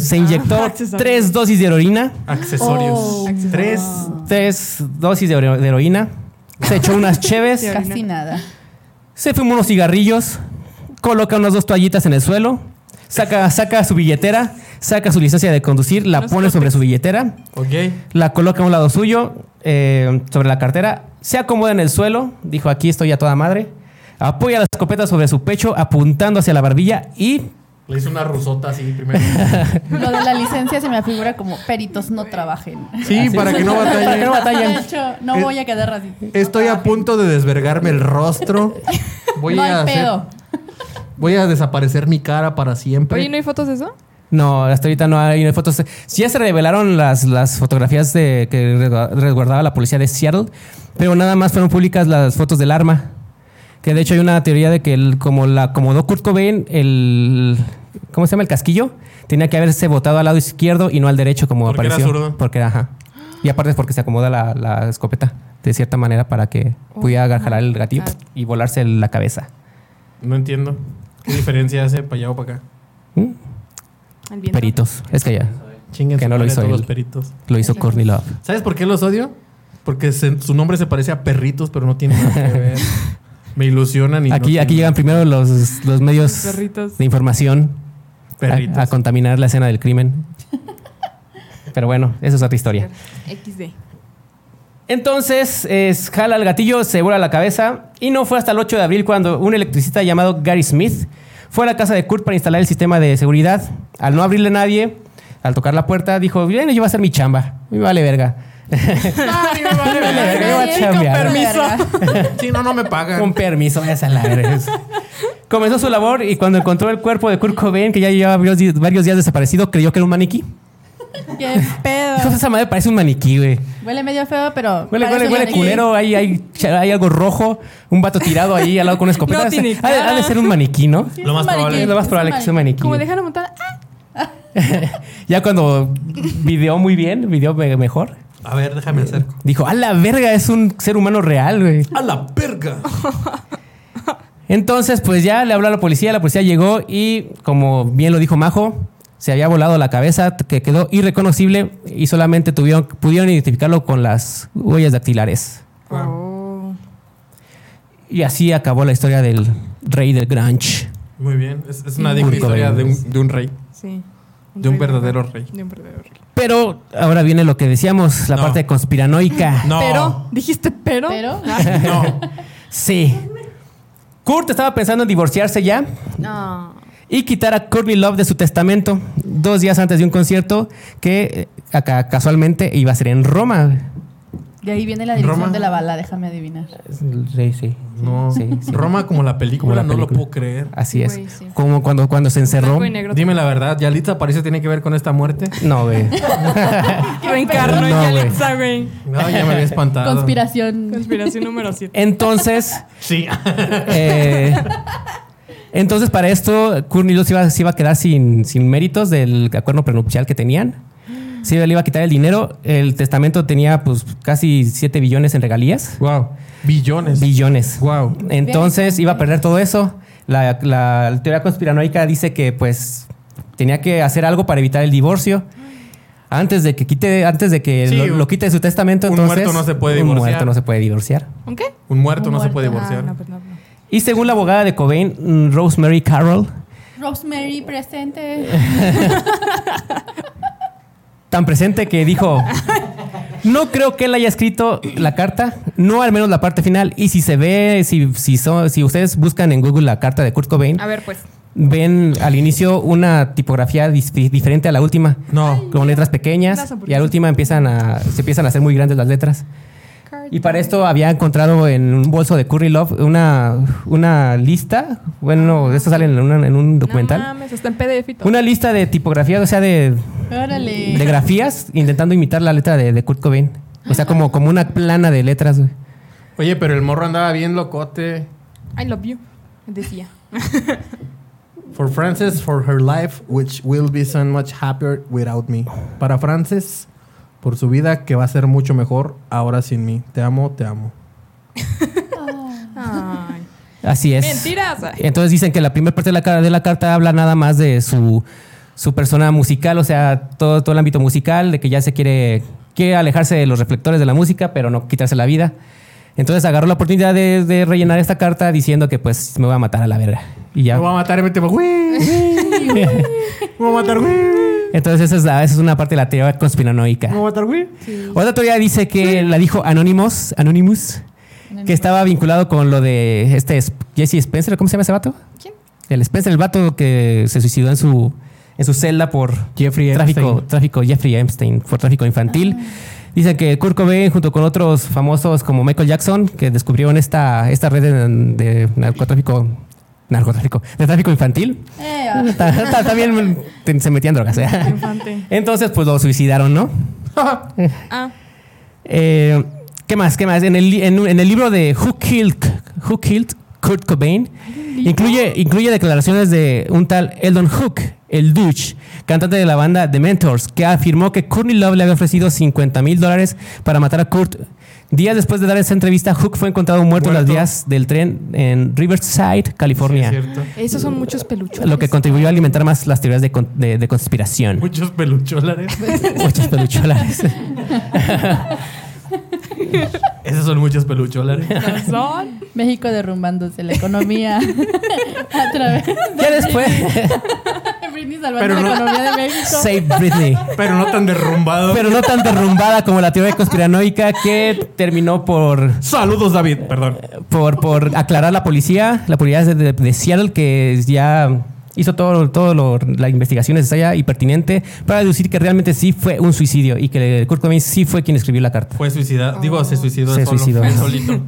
Speaker 1: se inyectó tres dosis de heroína,
Speaker 3: Accesorios.
Speaker 4: Oh.
Speaker 3: Tres.
Speaker 1: tres dosis de hero- de heroína, se echó unas cheves.
Speaker 4: Casi nada.
Speaker 1: Se fuma unos cigarrillos, coloca unas dos toallitas en el suelo, saca, saca su billetera, saca su licencia de conducir, la
Speaker 2: Los
Speaker 1: pone sobre su billetera,
Speaker 3: Ok.
Speaker 1: la coloca a un lado suyo, eh, sobre la cartera, se acomoda en el suelo, dijo aquí estoy a toda madre, apoya la escopeta sobre su pecho apuntando hacia la barbilla y
Speaker 3: Le hice una rusota así primero.
Speaker 4: Lo de la licencia se me figura como peritos no trabajen.
Speaker 3: Sí, para que no
Speaker 1: Para que no *laughs*
Speaker 3: batalle.
Speaker 1: batallen.
Speaker 4: De hecho, no
Speaker 3: Eh,
Speaker 4: voy a quedar así.
Speaker 3: Estoy a punto de desvergarme
Speaker 1: *laughs*
Speaker 3: el rostro. Voy
Speaker 4: no hay
Speaker 3: a hacer-
Speaker 4: pedo.
Speaker 3: voy a desaparecer mi cara para siempre.
Speaker 2: Oye, ¿no hay fotos de eso?
Speaker 1: No, hasta ahorita no hay fotos. Sí, ya se revelaron las, las fotografías de, que resgu- resguardaba la policía de Seattle, pero nada más fueron públicas las fotos del arma. Que de hecho hay una teoría de que el- como la acomodó Kurt Cobain, el. ¿Cómo se llama? El casquillo. Tenía que haberse botado al lado izquierdo y no al derecho, como
Speaker 3: Porque era
Speaker 1: apareció.
Speaker 3: zurdo.
Speaker 1: Porque era, ajá. Y aparte es porque se acomoda la, la escopeta de cierta manera para que pudiera jalar el gatillo y volarse la cabeza.
Speaker 3: No entiendo. ¿Qué diferencia hace para allá o para acá?
Speaker 1: ¿Mm?
Speaker 2: Al viento.
Speaker 1: Peritos. Es que ya
Speaker 3: Chinguen
Speaker 1: Que
Speaker 3: su
Speaker 1: no lo
Speaker 3: madre
Speaker 1: hizo
Speaker 3: todos
Speaker 1: él.
Speaker 3: los peritos.
Speaker 1: lo hizo Courtney Love.
Speaker 3: ¿Sabes por qué los odio? Porque se- su nombre se parece a perritos, pero no tiene nada que ver. Me ilusionan y no
Speaker 1: Aquí, aquí
Speaker 3: tienen-
Speaker 1: llegan primero los, los medios
Speaker 2: Los perritos.
Speaker 1: de información
Speaker 3: perritos.
Speaker 1: a, a contaminar la escena del crimen. Pero bueno, esa es otra historia.
Speaker 2: XD.
Speaker 1: Entonces, es, jala el gatillo, se vuela la cabeza y no fue hasta el 8 de abril cuando un electricista llamado Gary Smith fue a la casa de Kurt para instalar el sistema de seguridad. Al no abrirle a nadie, al tocar la puerta, dijo, bien, yo voy a hacer mi chamba, me vale verga. verga, yo voy a
Speaker 4: Nadie,
Speaker 1: chambear.
Speaker 4: con permiso.
Speaker 3: Sí, no, no me pagan.
Speaker 1: Con permiso, voy a hacer la verga. *laughs* Comenzó su labor y cuando encontró el cuerpo de Kurt Cobain, que ya llevaba varios di- varios días desaparecido, creyó que era un maniquí.
Speaker 4: Qué
Speaker 1: Dijo,
Speaker 4: pedo.
Speaker 1: esa madre parece un maniquí, güey.
Speaker 4: Huele medio feo, pero.
Speaker 1: Huele,
Speaker 4: parece
Speaker 1: huele,
Speaker 4: un
Speaker 1: huele
Speaker 4: maniquí.
Speaker 1: culero, hay, hay, hay algo rojo, un vato tirado ahí al lado con una escopeta.
Speaker 2: No tiene
Speaker 1: ha, de, ha de ser un maniquí, ¿no?
Speaker 4: Sí,
Speaker 3: Lo
Speaker 4: es
Speaker 3: más
Speaker 4: un
Speaker 3: probable.
Speaker 4: maniquí,
Speaker 1: Es lo más probable que sea un maniquí.
Speaker 2: Como dejaron montar. ¡Ah!
Speaker 1: Ya cuando *laughs* videó muy bien, videó me- mejor,
Speaker 3: *laughs* A ver, déjame hacer.
Speaker 1: dijo, a la verga, es un ser humano real, güey.
Speaker 3: ¡A la verga!
Speaker 1: Entonces, pues ya le habló a la policía, la policía llegó y, como bien lo dijo Majo, se había volado la cabeza, que quedó irreconocible y solamente tuvieron, pudieron identificarlo con las huellas dactilares.
Speaker 3: Ah.
Speaker 2: Oh.
Speaker 1: Y así acabó la historia del rey del grunge.
Speaker 3: Muy bien. Es, es una
Speaker 1: Sí.
Speaker 3: digna
Speaker 1: Kurt
Speaker 3: historia de
Speaker 1: Cobain.
Speaker 3: un, de un rey.
Speaker 2: Sí.
Speaker 3: De un
Speaker 2: rey.
Speaker 3: verdadero rey.
Speaker 2: De un verdadero rey.
Speaker 1: Pero ahora viene lo que decíamos, la
Speaker 3: No.
Speaker 1: parte conspiranoica.
Speaker 3: No.
Speaker 2: Pero, dijiste pero. Ah.
Speaker 4: Pero. ah,
Speaker 3: No.
Speaker 1: Sí. Kurt estaba pensando en divorciarse ya
Speaker 2: No.
Speaker 1: y quitar a Courtney Love de su testamento dos días antes de un concierto que eh, acá casualmente iba a ser en Roma.
Speaker 4: De ahí viene la dirección
Speaker 5: Roma.
Speaker 4: de la bala, déjame adivinar.
Speaker 1: Sí, sí.
Speaker 3: No,
Speaker 1: Sí, sí.
Speaker 3: Roma como la película,
Speaker 1: Como la
Speaker 3: no lo
Speaker 1: película.
Speaker 3: puedo creer.
Speaker 1: Así es.
Speaker 2: Güey, sí.
Speaker 1: Como cuando, cuando se encerró.
Speaker 2: Blanco y negro.
Speaker 3: Dime la verdad, Yalitza parece tiene que ver con esta muerte.
Speaker 1: No,
Speaker 2: *laughs*
Speaker 1: güey.
Speaker 2: Reencarno
Speaker 1: No,
Speaker 2: en
Speaker 1: güey.
Speaker 2: Yalitza, güey.
Speaker 3: No, ya me había espantado.
Speaker 4: Conspiración.
Speaker 2: Conspiración número 7.
Speaker 1: Entonces,
Speaker 3: Sí.
Speaker 1: eh, entonces para esto, Courtney Love se iba, se iba a quedar sin, sin méritos del acuerdo prenupcial que tenían. Sí, le iba a quitar el dinero. El testamento tenía pues casi 7 billones en regalías.
Speaker 3: wow. Billones.
Speaker 1: Billones.
Speaker 3: wow.
Speaker 1: Entonces iba a perder todo eso. La, la teoría conspiranoica dice que pues tenía que hacer algo para evitar el divorcio. Antes de que quite, antes de que
Speaker 3: Sí,
Speaker 1: lo, lo quite de su testamento,
Speaker 3: un
Speaker 1: entonces.
Speaker 3: muerto no se puede
Speaker 1: Un
Speaker 3: divorciar.
Speaker 1: muerto no se puede divorciar.
Speaker 2: ¿Un qué?
Speaker 3: Un muerto
Speaker 4: Un
Speaker 3: no se
Speaker 4: muerto.
Speaker 3: puede
Speaker 2: Ah,
Speaker 3: divorciar.
Speaker 2: no, pues no, no.
Speaker 1: Y según la abogada de Cobain, mm, Rosemary Carroll,
Speaker 4: Rosemary
Speaker 1: *laughs*
Speaker 4: presente.
Speaker 1: tan presente que dijo: *laughs* No creo que él haya escrito la carta, no al menos la parte final. Y si se ve, si, si, son- si ustedes buscan en Google la carta de Kurt Cobain,
Speaker 2: A ver, pues.
Speaker 1: ven al inicio una tipografía dis- diferente a la última.
Speaker 3: No.
Speaker 1: con letras pequeñas
Speaker 2: Las hamburguesas.
Speaker 1: y a la última empiezan a se empiezan a hacer muy grandes las letras. Y para esto había encontrado en un bolso de Curry Love una, una lista, bueno, esto sale en, una- en un
Speaker 2: No
Speaker 1: documental,
Speaker 2: mames, está en PDF y todo.
Speaker 1: una lista de tipografías, o sea, de,
Speaker 4: Órale.
Speaker 1: de grafías intentando imitar la letra de, de Kurt Cobain. O sea, como, como una plana de letras, güey.
Speaker 3: Oye, pero el morro andaba bien locote.
Speaker 2: I love you. Decía.
Speaker 3: For Frances, for her life, which will be so much happier without me. Para Frances, por su vida, que va a ser mucho mejor ahora sin mí. Te amo, te amo.
Speaker 2: Ay.
Speaker 1: Así es.
Speaker 2: Mentiras.
Speaker 1: Entonces dicen que la primera parte de la, ca- de la carta habla nada más de su, su persona musical, o sea, todo, todo el ámbito musical, de que ya se quiere, quiere alejarse de los reflectores de la música, pero no quitarse la vida. Entonces agarró la oportunidad de, de rellenar esta carta diciendo que pues me voy a matar a la verga. Y ya.
Speaker 3: Me voy a matar, vete, güey. güey, Me voy a matar, güey. Me
Speaker 1: *laughs* Entonces esa es, la- esa es una parte de la teoría conspiranoica.
Speaker 3: voy a matar, güey.
Speaker 1: Otra teoría dice que la dijo Anonymous, Anonymous, que estaba vinculado con lo de este Sp- Jesse Spencer, ¿cómo se llama ese vato?
Speaker 2: ¿Quién?
Speaker 1: El Spencer, el vato que se suicidó en su, en su celda por
Speaker 3: Jeffrey
Speaker 1: tráfico,
Speaker 3: Epstein.
Speaker 1: tráfico, Jeffrey Epstein, por tráfico infantil. Dice que Kurt Cobain, junto con otros famosos como Michael Jackson, que descubrieron esta, esta red de, de narcotráfico, narcotráfico, de tráfico infantil,
Speaker 4: Eh, ah.
Speaker 1: ta- ta- también te- se metían drogas. ¿eh?
Speaker 2: Infante.
Speaker 1: Entonces, pues lo suicidaron, ¿no?
Speaker 2: Ah,
Speaker 1: Eh, ¿Qué más? ¿Qué más? En el, li- en un- en el libro de Who Killed, Who Killed Kurt Cobain incluye, incluye declaraciones de un tal Eldon Hook, el douche, cantante de la banda The Mentors, que afirmó que Courtney Love le había ofrecido 50 mil dólares para matar a Kurt. Días después de dar esa entrevista, Hook fue encontrado muerto, en las
Speaker 3: Muerto.
Speaker 1: vías del tren en Riverside, California,
Speaker 3: Sí, es cierto.
Speaker 2: esos son muchos peluchos.
Speaker 1: lo que contribuyó a alimentar más las teorías de, con- de- de conspiración.
Speaker 3: Muchos pelucholares.
Speaker 1: Muchos pelucholares.
Speaker 3: *laughs* Esos son muchos pelucholares.
Speaker 1: *laughs*
Speaker 2: son.
Speaker 4: México derrumbándose la economía *laughs* a través
Speaker 1: Ya después, *laughs*
Speaker 4: de *laughs* Britney salvando
Speaker 3: Pero
Speaker 4: la
Speaker 3: no-
Speaker 4: economía de México.
Speaker 1: Save Britney.
Speaker 3: Pero no tan derrumbado. *laughs*
Speaker 1: pero no tan derrumbada como la teoría conspiranoica que terminó por,
Speaker 3: Saludos, David. Perdón.
Speaker 1: por, por aclarar la policía, la policía de, de- de Seattle, que ya hizo todo, todo lo- la investigación necesaria y pertinente para deducir que realmente sí fue un suicidio y que Kurt Cobain sí fue quien escribió la carta.
Speaker 3: Fue suicidado. Digo, se suicidó
Speaker 1: Se
Speaker 3: solo.
Speaker 1: suicidó.
Speaker 3: Él
Speaker 5: *laughs*
Speaker 3: solito.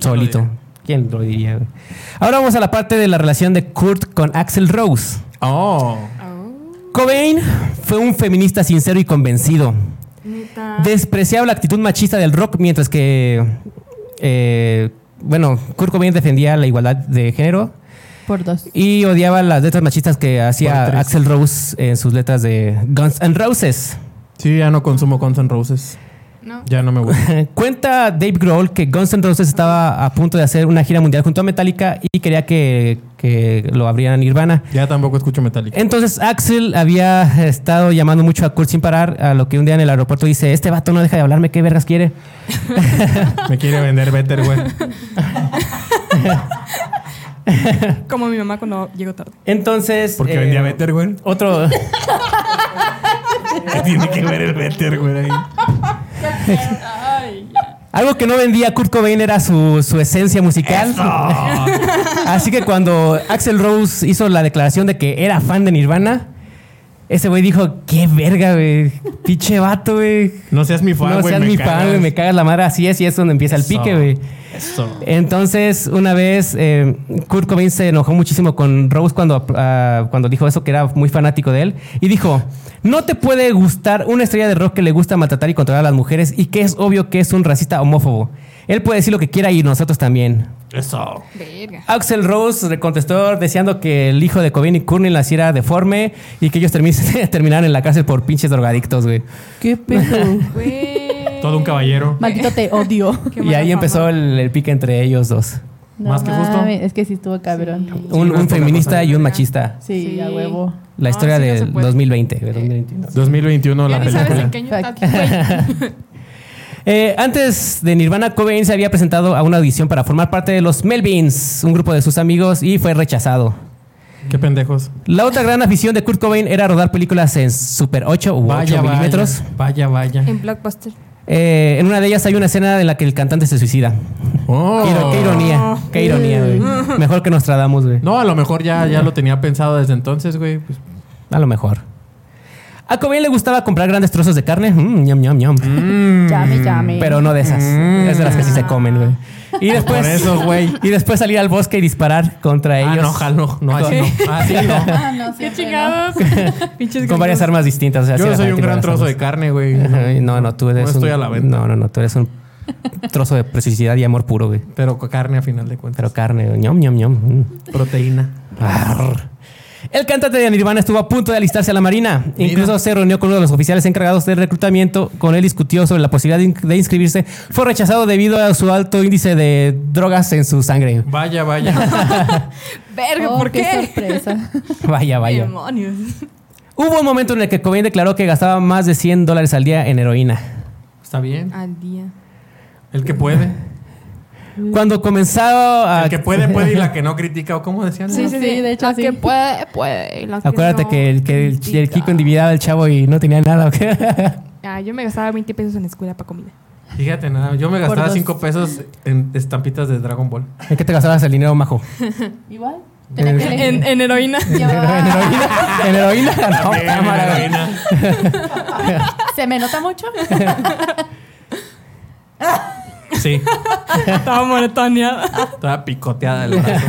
Speaker 1: Solito. ¿Quién lo diría? güey? Ahora vamos a la parte de la relación de Kurt con Axel Rose.
Speaker 3: Oh.
Speaker 1: Cobain fue un feminista sincero y convencido.
Speaker 2: Neta.
Speaker 1: despreciaba la actitud machista del rock, mientras que, eh, bueno, Kurt Cobain defendía la igualdad de género
Speaker 4: Por dos.
Speaker 1: y odiaba las letras machistas que
Speaker 3: Por
Speaker 1: hacía
Speaker 3: tres.
Speaker 1: Axel Rose en sus letras de Guns N' Roses.
Speaker 3: Sí, ya no consumo Guns N' Roses.
Speaker 2: No.
Speaker 3: Ya no me gusta.
Speaker 1: Eh, Cuenta Dave Grohl que Guns N' Roses estaba a punto de hacer una gira mundial junto a Metallica y quería que, que lo abrieran Nirvana.
Speaker 3: Ya tampoco escucho Metallica.
Speaker 1: Entonces Axel había estado llamando mucho a Kurt sin parar, a lo que un día en el aeropuerto dice, este vato no deja de hablarme, ¿qué vergas quiere?
Speaker 3: Me quiere vender Better, güey.
Speaker 2: Como mi mamá cuando
Speaker 1: *laughs*
Speaker 2: llegó tarde.
Speaker 1: Entonces...
Speaker 3: Porque
Speaker 1: eh,
Speaker 3: vendía Better, güey.
Speaker 1: *laughs*
Speaker 3: *laughs*
Speaker 1: Otro...
Speaker 3: ¿Qué tiene que ver el Better, güey? ahí?
Speaker 2: Ay.
Speaker 1: Algo que no vendía Kurt Cobain era su, su esencia musical. *laughs* Así que cuando Axel Rose hizo la declaración de que era fan de Nirvana, Ese güey dijo, qué verga, güey. Pinche vato, güey.
Speaker 5: No seas mi fan,
Speaker 1: no
Speaker 5: güey,
Speaker 1: seas
Speaker 5: me
Speaker 1: mi
Speaker 5: cagas.
Speaker 1: fan, güey. Me cagas la madre. Así es, y es donde empieza el
Speaker 5: Eso.
Speaker 1: pique, güey.
Speaker 5: Eso.
Speaker 1: Entonces, una vez, eh, Kurt Cobain se enojó muchísimo con Rose cuando, ah, cuando dijo eso, que era muy fanático de él, y dijo, no te puede gustar una estrella de rock que le gusta maltratar y controlar a las mujeres y que es obvio que es un racista homófobo. Él puede decir lo que quiera y nosotros también.
Speaker 5: Eso.
Speaker 2: Verga.
Speaker 1: Axel Rose le contestó deseando que el hijo de Cobain y Courtney naciera deforme y que ellos termi- *laughs* terminaran en la cárcel por pinches drogadictos, güey.
Speaker 2: *laughs*
Speaker 4: Qué pedo.
Speaker 2: Güey.
Speaker 5: Todo un caballero.
Speaker 4: Maldito te odio.
Speaker 2: Qué
Speaker 1: Y
Speaker 2: mala
Speaker 1: ahí
Speaker 2: fama.
Speaker 1: empezó el, el pique entre ellos dos.
Speaker 5: Más que justo.
Speaker 4: mames, Es que sí estuvo cabrón.
Speaker 1: Un, un feminista y un machista.
Speaker 4: Sí,
Speaker 2: Sí.
Speaker 4: a huevo.
Speaker 1: La
Speaker 2: No,
Speaker 1: historia
Speaker 2: Ah, sí, no
Speaker 1: del
Speaker 2: se Eh. puede.
Speaker 1: 2020, güey, 2021.
Speaker 5: 2021
Speaker 2: Ya
Speaker 5: la
Speaker 2: ni sabes en
Speaker 5: película.
Speaker 2: qué año estás, güey.
Speaker 1: Eh, antes de Nirvana, Cobain se había presentado a una audición para formar parte de los Melvins, un grupo de sus amigos, y fue rechazado.
Speaker 5: Qué pendejos.
Speaker 1: La otra gran afición de Kurt Cobain era rodar películas en Super 8 u 8 milímetros.
Speaker 5: Vaya, vaya.
Speaker 2: En Blockbuster.
Speaker 1: Eh, en una de ellas hay una escena en la que el cantante se suicida.
Speaker 5: Oh.
Speaker 1: Qué iro- Qué ironía, qué ironía,
Speaker 2: Mm.
Speaker 1: güey. Mejor que Nostradamus, güey.
Speaker 5: No, a lo mejor ya, ya lo tenía pensado desde entonces, güey. Pues,
Speaker 1: A lo mejor. A Cobain le gustaba comprar grandes trozos de carne, mm, ñam, ñam, ñam.
Speaker 4: Llame, llame.
Speaker 1: pero no de esas. Es de las que sí se comen, güey. Y después,
Speaker 5: Mm. Por eso, güey.
Speaker 1: y después salir al bosque y disparar contra
Speaker 5: Ah,
Speaker 1: ellos.
Speaker 5: no, jalo. No, *laughs* así no. Así no.
Speaker 4: *laughs* Ah, no,
Speaker 2: Qué
Speaker 4: siempre no.
Speaker 2: chingados.
Speaker 4: *laughs*
Speaker 2: Pinches
Speaker 1: Con varias
Speaker 2: gringos.
Speaker 1: armas distintas. o sea,
Speaker 5: Yo
Speaker 1: sí
Speaker 5: no
Speaker 1: era
Speaker 5: soy un
Speaker 1: fanático
Speaker 5: gran
Speaker 1: las
Speaker 5: trozo de
Speaker 1: armas.
Speaker 5: carne,
Speaker 1: *laughs*
Speaker 5: güey.
Speaker 1: Ajá, y No, no, tú eres
Speaker 5: No
Speaker 1: un-
Speaker 5: estoy a la venta.
Speaker 1: No, no, no, tú eres un trozo de precisidad y amor puro, güey.
Speaker 5: Pero con carne a final de cuentas.
Speaker 1: Pero carne, güey. ñom, ñom, ñom. Mm.
Speaker 5: proteína.
Speaker 1: Arr. El cantante de Nirvana estuvo a punto de alistarse a la Marina. Incluso se reunió con uno de los oficiales encargados de reclutamiento. Con él discutió sobre la posibilidad de in- de inscribirse. Fue rechazado debido a su alto índice de drogas en su sangre. *laughs*
Speaker 5: Vaya, vaya.
Speaker 2: Verga,
Speaker 4: Oh,
Speaker 2: ¿por qué?
Speaker 4: *laughs* sorpresa.
Speaker 1: Vaya, vaya.
Speaker 2: Demonios.
Speaker 1: Hubo un momento en el que Cobain declaró que gastaba más de 100 dólares al día en heroína.
Speaker 5: Está bien.
Speaker 2: Al día.
Speaker 5: El que puede.
Speaker 1: Cuando comenzaba a...
Speaker 5: El que puede, puede y
Speaker 4: *laughs*
Speaker 5: la que no critica. ¿O cómo decían?
Speaker 4: Ah, Sí, sí, sí, de hecho
Speaker 2: La
Speaker 4: sí.
Speaker 2: que puede, puede. y la
Speaker 1: *laughs*
Speaker 2: que
Speaker 1: Acuérdate
Speaker 2: no,
Speaker 1: que, el, que el-
Speaker 2: critica.
Speaker 1: el Kiko endividaba al chavo y no tenía nada. ¿o qué? *laughs*
Speaker 2: Ah, yo me gastaba 20 pesos en la escuela para comida.
Speaker 5: Fíjate nada. Yo me
Speaker 4: Por
Speaker 5: gastaba
Speaker 4: dos.
Speaker 5: 5 pesos en estampitas de Dragon
Speaker 4: *laughs*
Speaker 5: Ball.
Speaker 1: ¿En qué te gastabas el dinero, majo? *laughs*
Speaker 4: Igual. Tenía que elegir.
Speaker 2: En, en heroína.
Speaker 1: ¿En
Speaker 2: *laughs*
Speaker 4: Llevaba-
Speaker 1: heroína? ¿En heroína? *laughs*
Speaker 4: Ah,
Speaker 1: No,
Speaker 5: Bien,
Speaker 1: cámara.
Speaker 5: heroína.
Speaker 4: *laughs* ¿Se me nota mucho?
Speaker 5: Sí.
Speaker 2: Estaba monetoneada.
Speaker 5: Toda picoteada el brazo.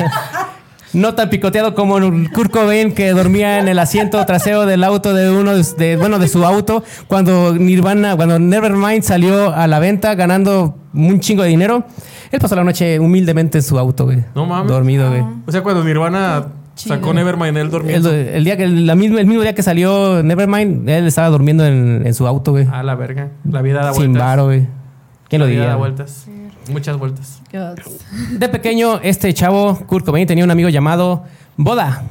Speaker 1: No tan picoteado como Kurt Cobain que dormía en el asiento trasero del auto de uno de, de- bueno de su auto cuando Nirvana, cuando Nevermind salió a la venta ganando un chingo de dinero. Él pasó la noche humildemente en su auto, güey.
Speaker 5: No mames.
Speaker 1: Dormido, güey.
Speaker 5: O sea, cuando Nirvana
Speaker 4: Chido.
Speaker 5: sacó Nevermind, él dormía.
Speaker 1: El, el día que la misma, el mismo día que salió Nevermind, él estaba durmiendo en, en su auto, güey.
Speaker 5: A la verga. La vida Ah, da vueltas.
Speaker 1: Sin varo, güey. ¿Quién lo
Speaker 5: La vida da
Speaker 1: diría? güey?
Speaker 5: vueltas. Muchas vueltas.
Speaker 1: De pequeño, este chavo, Kurt Cobain, tenía un amigo llamado Boda.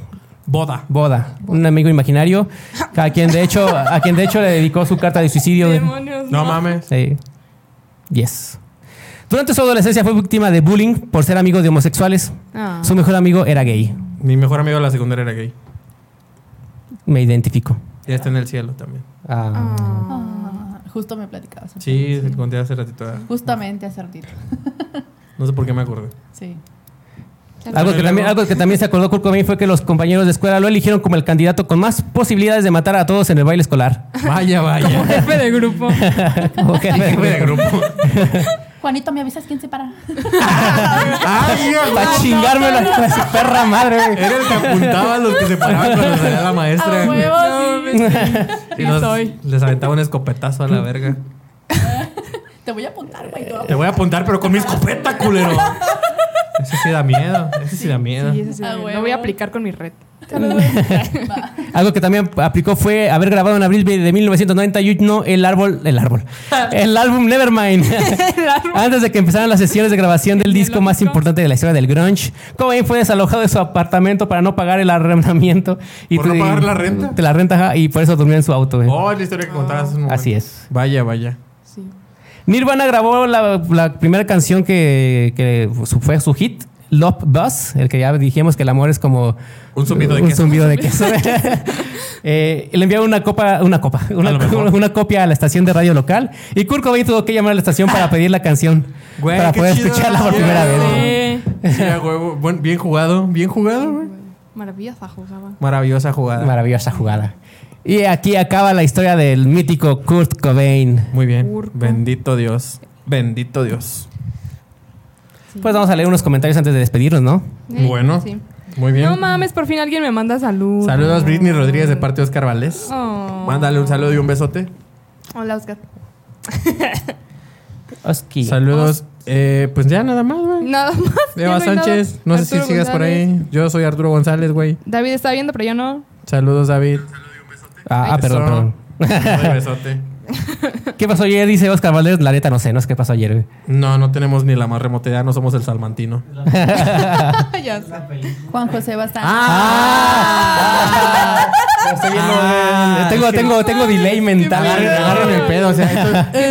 Speaker 5: Boda.
Speaker 1: Boda, un amigo imaginario, a quien de hecho, a quien de hecho le dedicó su carta de suicidio. güey.
Speaker 2: Demonios.
Speaker 5: No mames.
Speaker 1: Sí. Yes. Durante su adolescencia fue víctima de bullying por ser amigo de homosexuales.
Speaker 2: Ah.
Speaker 1: Su mejor amigo era gay.
Speaker 5: Mi mejor amigo de la secundaria era gay.
Speaker 1: Me identifico.
Speaker 5: Ya está en el cielo también.
Speaker 1: Ah.
Speaker 4: Ah, justo me platicabas.
Speaker 5: Sí, se lo conté hace ratito. ah.
Speaker 4: Justamente hace ratito.
Speaker 5: No sé por qué
Speaker 4: *laughs*
Speaker 5: me acordé.
Speaker 4: Sí.
Speaker 1: Algo, que también, algo que también se acordó Kurt Cobain fue que los compañeros de escuela lo eligieron como el candidato con más posibilidades de matar a todos en el baile escolar. *laughs*
Speaker 5: Vaya, vaya.
Speaker 2: Jefe de grupo.
Speaker 1: Ok.
Speaker 5: *laughs* Jefe de grupo.
Speaker 4: Juanito, ¿me avisas quién se para? *laughs*
Speaker 5: ¡Ay,
Speaker 1: Para chingarme *laughs* la con su perra madre, güey.
Speaker 5: Era el que apuntaba a los que se paraban cuando salía la maestra.
Speaker 2: A huevo, sí.
Speaker 5: y
Speaker 2: sí
Speaker 5: los-
Speaker 2: soy.
Speaker 5: les aventaba un escopetazo a la verga.
Speaker 4: Te voy a apuntar, güey. te voy a
Speaker 5: Te voy a apuntar, pero con mi escopeta, culero. Ese sí da miedo. Ese sí da miedo.
Speaker 2: Sí, eso sí,
Speaker 4: A
Speaker 2: lo
Speaker 4: Ah, huevo.
Speaker 2: voy a aplicar con mi red.
Speaker 1: Algo que también aplicó fue haber grabado en abril de 1991 el árbol, el árbol, el álbum Nevermind. Antes de que empezaran las sesiones de grabación del disco más importante de la historia del grunge, Cobain fue desalojado de su apartamento para no pagar el arrendamiento y
Speaker 5: ¿Por no pagar la renta?
Speaker 1: de la renta ajá, y por eso durmió en su auto. güey.
Speaker 5: Oh, es la historia que contabas hace un momento.
Speaker 1: Así es.
Speaker 5: Vaya, vaya.
Speaker 2: Sí.
Speaker 1: Nirvana grabó la, la primera canción que, que su- fue su hit. Love Bus, el que ya dijimos que el amor es como
Speaker 5: Un zumbido de
Speaker 1: un
Speaker 5: queso. *laughs*
Speaker 1: zumbido de queso. *laughs* Eh, le enviaron una copa, una copa, una,
Speaker 5: lo mejor.
Speaker 1: una copia a la estación de radio local y Kurt Cobain tuvo que llamar a la estación para pedir la canción
Speaker 5: Ah. Güey,
Speaker 1: para
Speaker 5: qué
Speaker 1: poder
Speaker 5: chido.
Speaker 1: escucharla por
Speaker 5: Sí.
Speaker 1: primera vez. güey.
Speaker 2: Eh,
Speaker 5: Sí, a huevo. Buen- bien jugado. Bien jugado, güey.
Speaker 2: maravillosa jugaba.
Speaker 5: Maravillosa jugada.
Speaker 1: Maravillosa jugada. Y aquí acaba la historia del mítico Kurt Cobain.
Speaker 5: Muy bien.
Speaker 2: Urco.
Speaker 5: Bendito Dios. Bendito Dios.
Speaker 1: Pues vamos a leer unos comentarios antes de despedirnos, ¿no?
Speaker 2: Sí,
Speaker 5: Bueno.
Speaker 2: sí.
Speaker 5: Muy bien.
Speaker 2: No mames, por fin alguien me manda saludos.
Speaker 5: Saludos Britney Rodríguez de parte de Oscar Valdés.
Speaker 2: Oh.
Speaker 5: Mándale un saludo y un besote.
Speaker 2: Hola, Oscar.
Speaker 1: Oski.
Speaker 5: Saludos. Eh, pues ya nada más, güey.
Speaker 2: Nada más. ya no
Speaker 5: Eva
Speaker 2: hay nada.
Speaker 5: Sánchez, no sé si
Speaker 2: Arturo
Speaker 5: sigas por
Speaker 2: González.
Speaker 5: ahí. Yo soy Arturo González, güey.
Speaker 2: David está viendo, pero yo
Speaker 5: *laughs*
Speaker 2: no.
Speaker 5: Saludos, David.
Speaker 1: Ah, ah, perdón,
Speaker 5: Eso.
Speaker 1: perdón.
Speaker 5: Un besote.
Speaker 1: ¿Qué pasó ayer? Dice Oscar Valdés. La neta no sé, no sé qué pasó ayer. güey.
Speaker 5: No, no tenemos ni la más remota idea, no somos el salmantino.
Speaker 2: Ya sé.
Speaker 4: Juan José Bazán.
Speaker 5: Ah. Estoy viendo,
Speaker 1: Ah,
Speaker 5: eh,
Speaker 1: tengo,
Speaker 5: es que-
Speaker 1: tengo, tengo delay mental.
Speaker 5: Agarren, agarren el pedo, o sea, esto-
Speaker 2: ¡Qué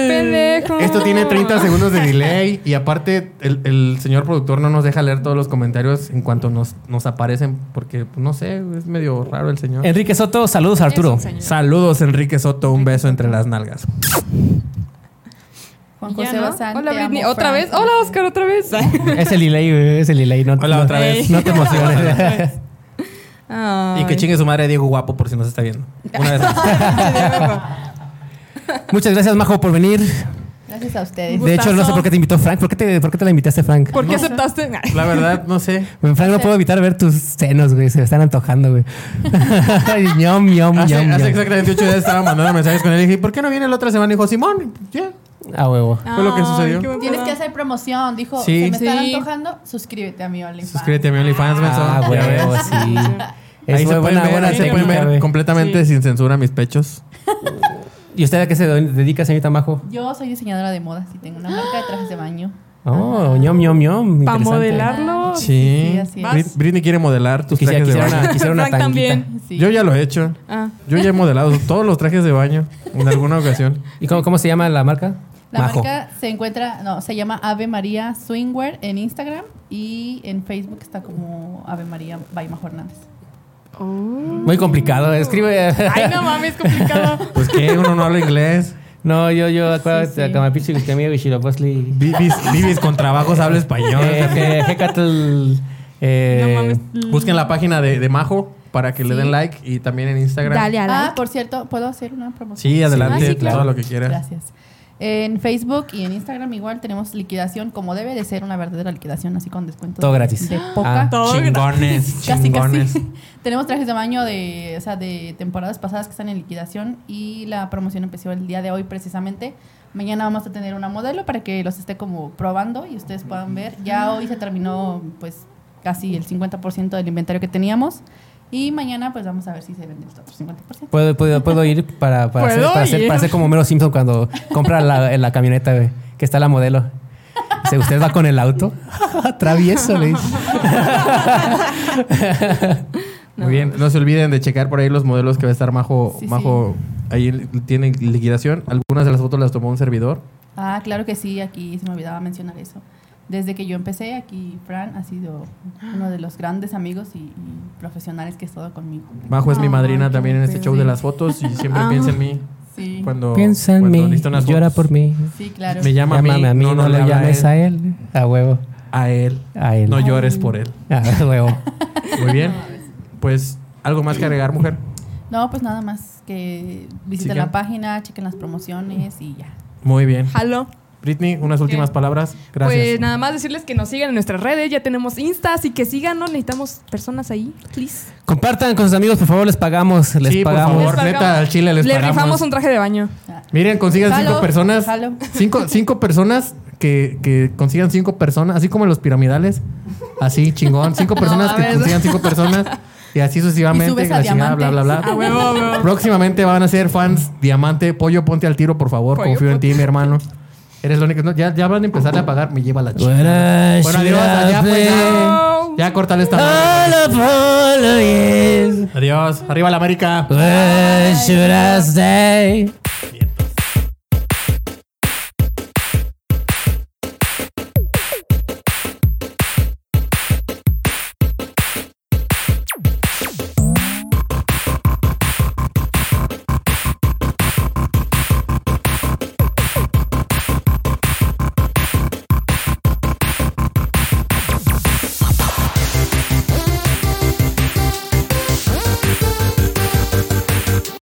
Speaker 2: pendejo!
Speaker 5: Esto tiene 30 segundos *laughs* de delay y aparte el, el señor productor no nos deja leer todos los comentarios en cuanto nos, nos aparecen porque pues, no sé, es medio raro el señor.
Speaker 1: Enrique Soto, saludos Arturo.
Speaker 2: Es un señor.
Speaker 5: Saludos Enrique Soto, un beso entre las nalgas.
Speaker 4: Juan
Speaker 2: Ya,
Speaker 4: José
Speaker 2: ¿no?
Speaker 4: Bazán.
Speaker 2: Hola,
Speaker 4: te amo,
Speaker 2: Britney. ¿Otra
Speaker 4: Fran.
Speaker 2: vez? Hola, Oscar, otra vez.
Speaker 1: Es el delay, güey, es el delay. No,
Speaker 5: Hola,
Speaker 1: no-
Speaker 5: otra vez.
Speaker 1: No te emociones.
Speaker 2: Ay.
Speaker 5: Y que chingue su madre Diego Guapo por si nos está viendo. Una vez más.
Speaker 1: Muchas gracias, Majo, por venir.
Speaker 4: Gracias a ustedes.
Speaker 1: De hecho, no sé por qué te invitó Frank. ¿Por qué te, por qué te la invitaste, Frank?
Speaker 2: *laughs* ¿Por qué aceptaste? Ay.
Speaker 5: La verdad, no sé. *laughs*
Speaker 1: Bueno, Frank, no puedo evitar ver tus senos, güey. Se me están antojando, güey. *laughs* ñom, ñom,
Speaker 5: Hace,
Speaker 1: ñom,
Speaker 5: hace
Speaker 1: ñom.
Speaker 5: exactamente 8 días estaba mandando mensajes con él y dije, ¿por qué no viene la otra semana? Y dijo, Simón, ya.
Speaker 1: A huevo.
Speaker 5: Fue lo que
Speaker 2: Ay,
Speaker 5: sucedió.
Speaker 2: qué buen
Speaker 4: Tienes
Speaker 2: pedo.
Speaker 4: que hacer promoción, dijo.
Speaker 5: Sí.
Speaker 4: Se me están
Speaker 2: Sí.
Speaker 4: antojando. Suscríbete a mi OnlyFans.
Speaker 5: Suscríbete a mi OnlyFans, menso.
Speaker 1: Ah,
Speaker 5: Ya
Speaker 1: huevo,
Speaker 5: ves.
Speaker 1: sí. Es
Speaker 5: Ahí se
Speaker 1: buena,
Speaker 5: pueden ver,
Speaker 1: buena
Speaker 5: ahí se
Speaker 1: técnica,
Speaker 5: pueden ver
Speaker 1: güey.
Speaker 5: completamente sin censura mis pechos.
Speaker 1: ¿Y usted a qué se do- dedica, señorita Majo?
Speaker 4: Yo soy diseñadora de modas y tengo una marca de trajes de baño.
Speaker 1: Oh, ñom, ñom, ñom.
Speaker 2: Para
Speaker 1: Interesante.
Speaker 2: modelarlo.
Speaker 5: Sí.
Speaker 4: sí, así es.
Speaker 5: Brit- Britney quiere modelar tus
Speaker 1: Quisiera,
Speaker 5: trajes de
Speaker 1: quisiera
Speaker 2: *laughs*
Speaker 5: baño.
Speaker 1: una, quisiera una
Speaker 2: Frank
Speaker 1: tanguita.
Speaker 2: también.
Speaker 4: Sí.
Speaker 5: Yo ya lo he hecho.
Speaker 2: Ah.
Speaker 5: Yo ya he modelado *laughs* todos los trajes de baño en alguna ocasión.
Speaker 1: ¿Y cómo, cómo se llama la marca?
Speaker 4: La marca se encuentra, no, se llama Ave María Swingwear en Instagram y en Facebook está como Ave María by Majo Hernández.
Speaker 2: Oh.
Speaker 1: Muy complicado. Escribe.
Speaker 2: Ay, no mames, complicado.
Speaker 5: Pues que uno no habla inglés.
Speaker 1: *laughs* no, yo, yo, acuérdate,
Speaker 4: sí.
Speaker 1: acá me picho que amigo y Shiroposli.
Speaker 4: *laughs*
Speaker 5: Vivis, vivis con trabajos, habla español.
Speaker 1: Eh, Hecatl.
Speaker 2: No
Speaker 1: Eh,
Speaker 2: mames.
Speaker 5: Busquen la página de, de Majo para que le den like y también en Instagram.
Speaker 2: Dale a
Speaker 4: Ah,
Speaker 2: la.
Speaker 4: por cierto, ¿puedo hacer una promoción? Ah,
Speaker 5: Sí, adelante,
Speaker 1: Sí, claro.
Speaker 5: todo lo que quieras.
Speaker 4: Gracias. En Facebook y en Instagram igual tenemos liquidación, como debe de ser una verdadera liquidación, así con descuentos.
Speaker 1: Todo
Speaker 4: de-
Speaker 1: gratis.
Speaker 5: *gasps*
Speaker 4: De
Speaker 1: Ah,
Speaker 4: poca.
Speaker 2: Todo
Speaker 5: Chingones,
Speaker 4: Casi,
Speaker 5: chingones.
Speaker 4: casi. *laughs* Tenemos trajes de baño de, o sea, de temporadas pasadas que están en liquidación y la promoción empezó el día de hoy precisamente. Mañana vamos a tener una modelo para que los esté como probando y ustedes puedan ver. Ya hoy se terminó pues casi el 50% del inventario que teníamos y mañana pues vamos a ver si se vende el otro 50%.
Speaker 1: ¿puedo, puedo, puedo ir para, para, hacer,
Speaker 2: Puedo
Speaker 1: para, hacer,
Speaker 2: ir.
Speaker 1: para hacer como Mero Simpson cuando compra la, en la camioneta, güey, que está la modelo. Dice, usted va con el auto. Travieso, le dice.
Speaker 5: *laughs* Muy bien, no se olviden de checar por ahí los modelos que va a estar Majo.
Speaker 4: Sí, sí.
Speaker 5: Majo ahí tiene liquidación. Algunas de las fotos las tomó un servidor.
Speaker 4: Ah, claro que sí, aquí se me olvidaba mencionar eso. Desde que yo empecé aquí, Fran ha sido uno de los grandes amigos y, y profesionales que ha estado conmigo.
Speaker 5: Majo es mi
Speaker 2: Ay,
Speaker 5: madrina
Speaker 2: qué
Speaker 5: también en este
Speaker 2: pedo.
Speaker 5: show de las fotos y siempre
Speaker 2: Ah.
Speaker 5: piensa en mí
Speaker 4: Sí,
Speaker 5: cuando,
Speaker 1: Piensa en
Speaker 5: cuando
Speaker 1: mí,
Speaker 5: necesito unas
Speaker 1: llora
Speaker 5: fotos.
Speaker 1: por mí.
Speaker 4: sí, claro.
Speaker 5: Me llama a mí,
Speaker 1: Llámame a mí, no,
Speaker 5: le
Speaker 1: lo
Speaker 5: habla
Speaker 1: llames
Speaker 5: a él.
Speaker 1: a él. A huevo,
Speaker 5: A él.
Speaker 1: a él.
Speaker 5: No llores por él.
Speaker 1: *laughs* A huevo.
Speaker 5: Muy bien. Pues, ¿algo más que agregar, mujer?
Speaker 4: No, pues nada más que visiten
Speaker 5: Sigan.
Speaker 4: la página, chequen las promociones y ya.
Speaker 5: Muy bien.
Speaker 2: Jalo.
Speaker 5: Britney, unas últimas palabras. Gracias.
Speaker 2: Pues nada más decirles que nos sigan en nuestras redes. Ya tenemos Insta, así que síganos. Necesitamos personas ahí. Please.
Speaker 1: Compartan con sus amigos, por favor, les pagamos. Les
Speaker 5: sí,
Speaker 1: pagamos.
Speaker 5: por favor,
Speaker 2: Les
Speaker 5: neta,
Speaker 2: pagamos.
Speaker 5: al chile les
Speaker 2: Le
Speaker 5: pagamos.
Speaker 2: rifamos un traje de baño.
Speaker 5: Miren, consigan
Speaker 4: Jalo,
Speaker 5: cinco personas.
Speaker 4: jalo.
Speaker 5: Cinco, cinco personas que, que consigan cinco personas, así como los piramidales. Así, chingón. Cinco personas
Speaker 2: a
Speaker 5: que
Speaker 2: ver.
Speaker 5: consigan cinco personas. Y así
Speaker 4: Y
Speaker 5: sucesivamente,
Speaker 4: subes
Speaker 5: la
Speaker 4: a
Speaker 5: chingada, bla, bla, bla.
Speaker 4: diamante.
Speaker 5: Próximamente van a ser fans diamante. Pollo, ponte al tiro, por favor.
Speaker 2: Pollo,
Speaker 5: Confío en
Speaker 2: ponte-
Speaker 5: ti, mi hermano. Eres lo único. no, ya, ya van a empezar a pagar. Me lleva la chica.
Speaker 1: Bueno,
Speaker 5: Bueno, adiós. Ya, pues, ya.
Speaker 2: Oh.
Speaker 5: Ya, córtale esta. madre. Adiós. Arriba la América.
Speaker 1: What should I say?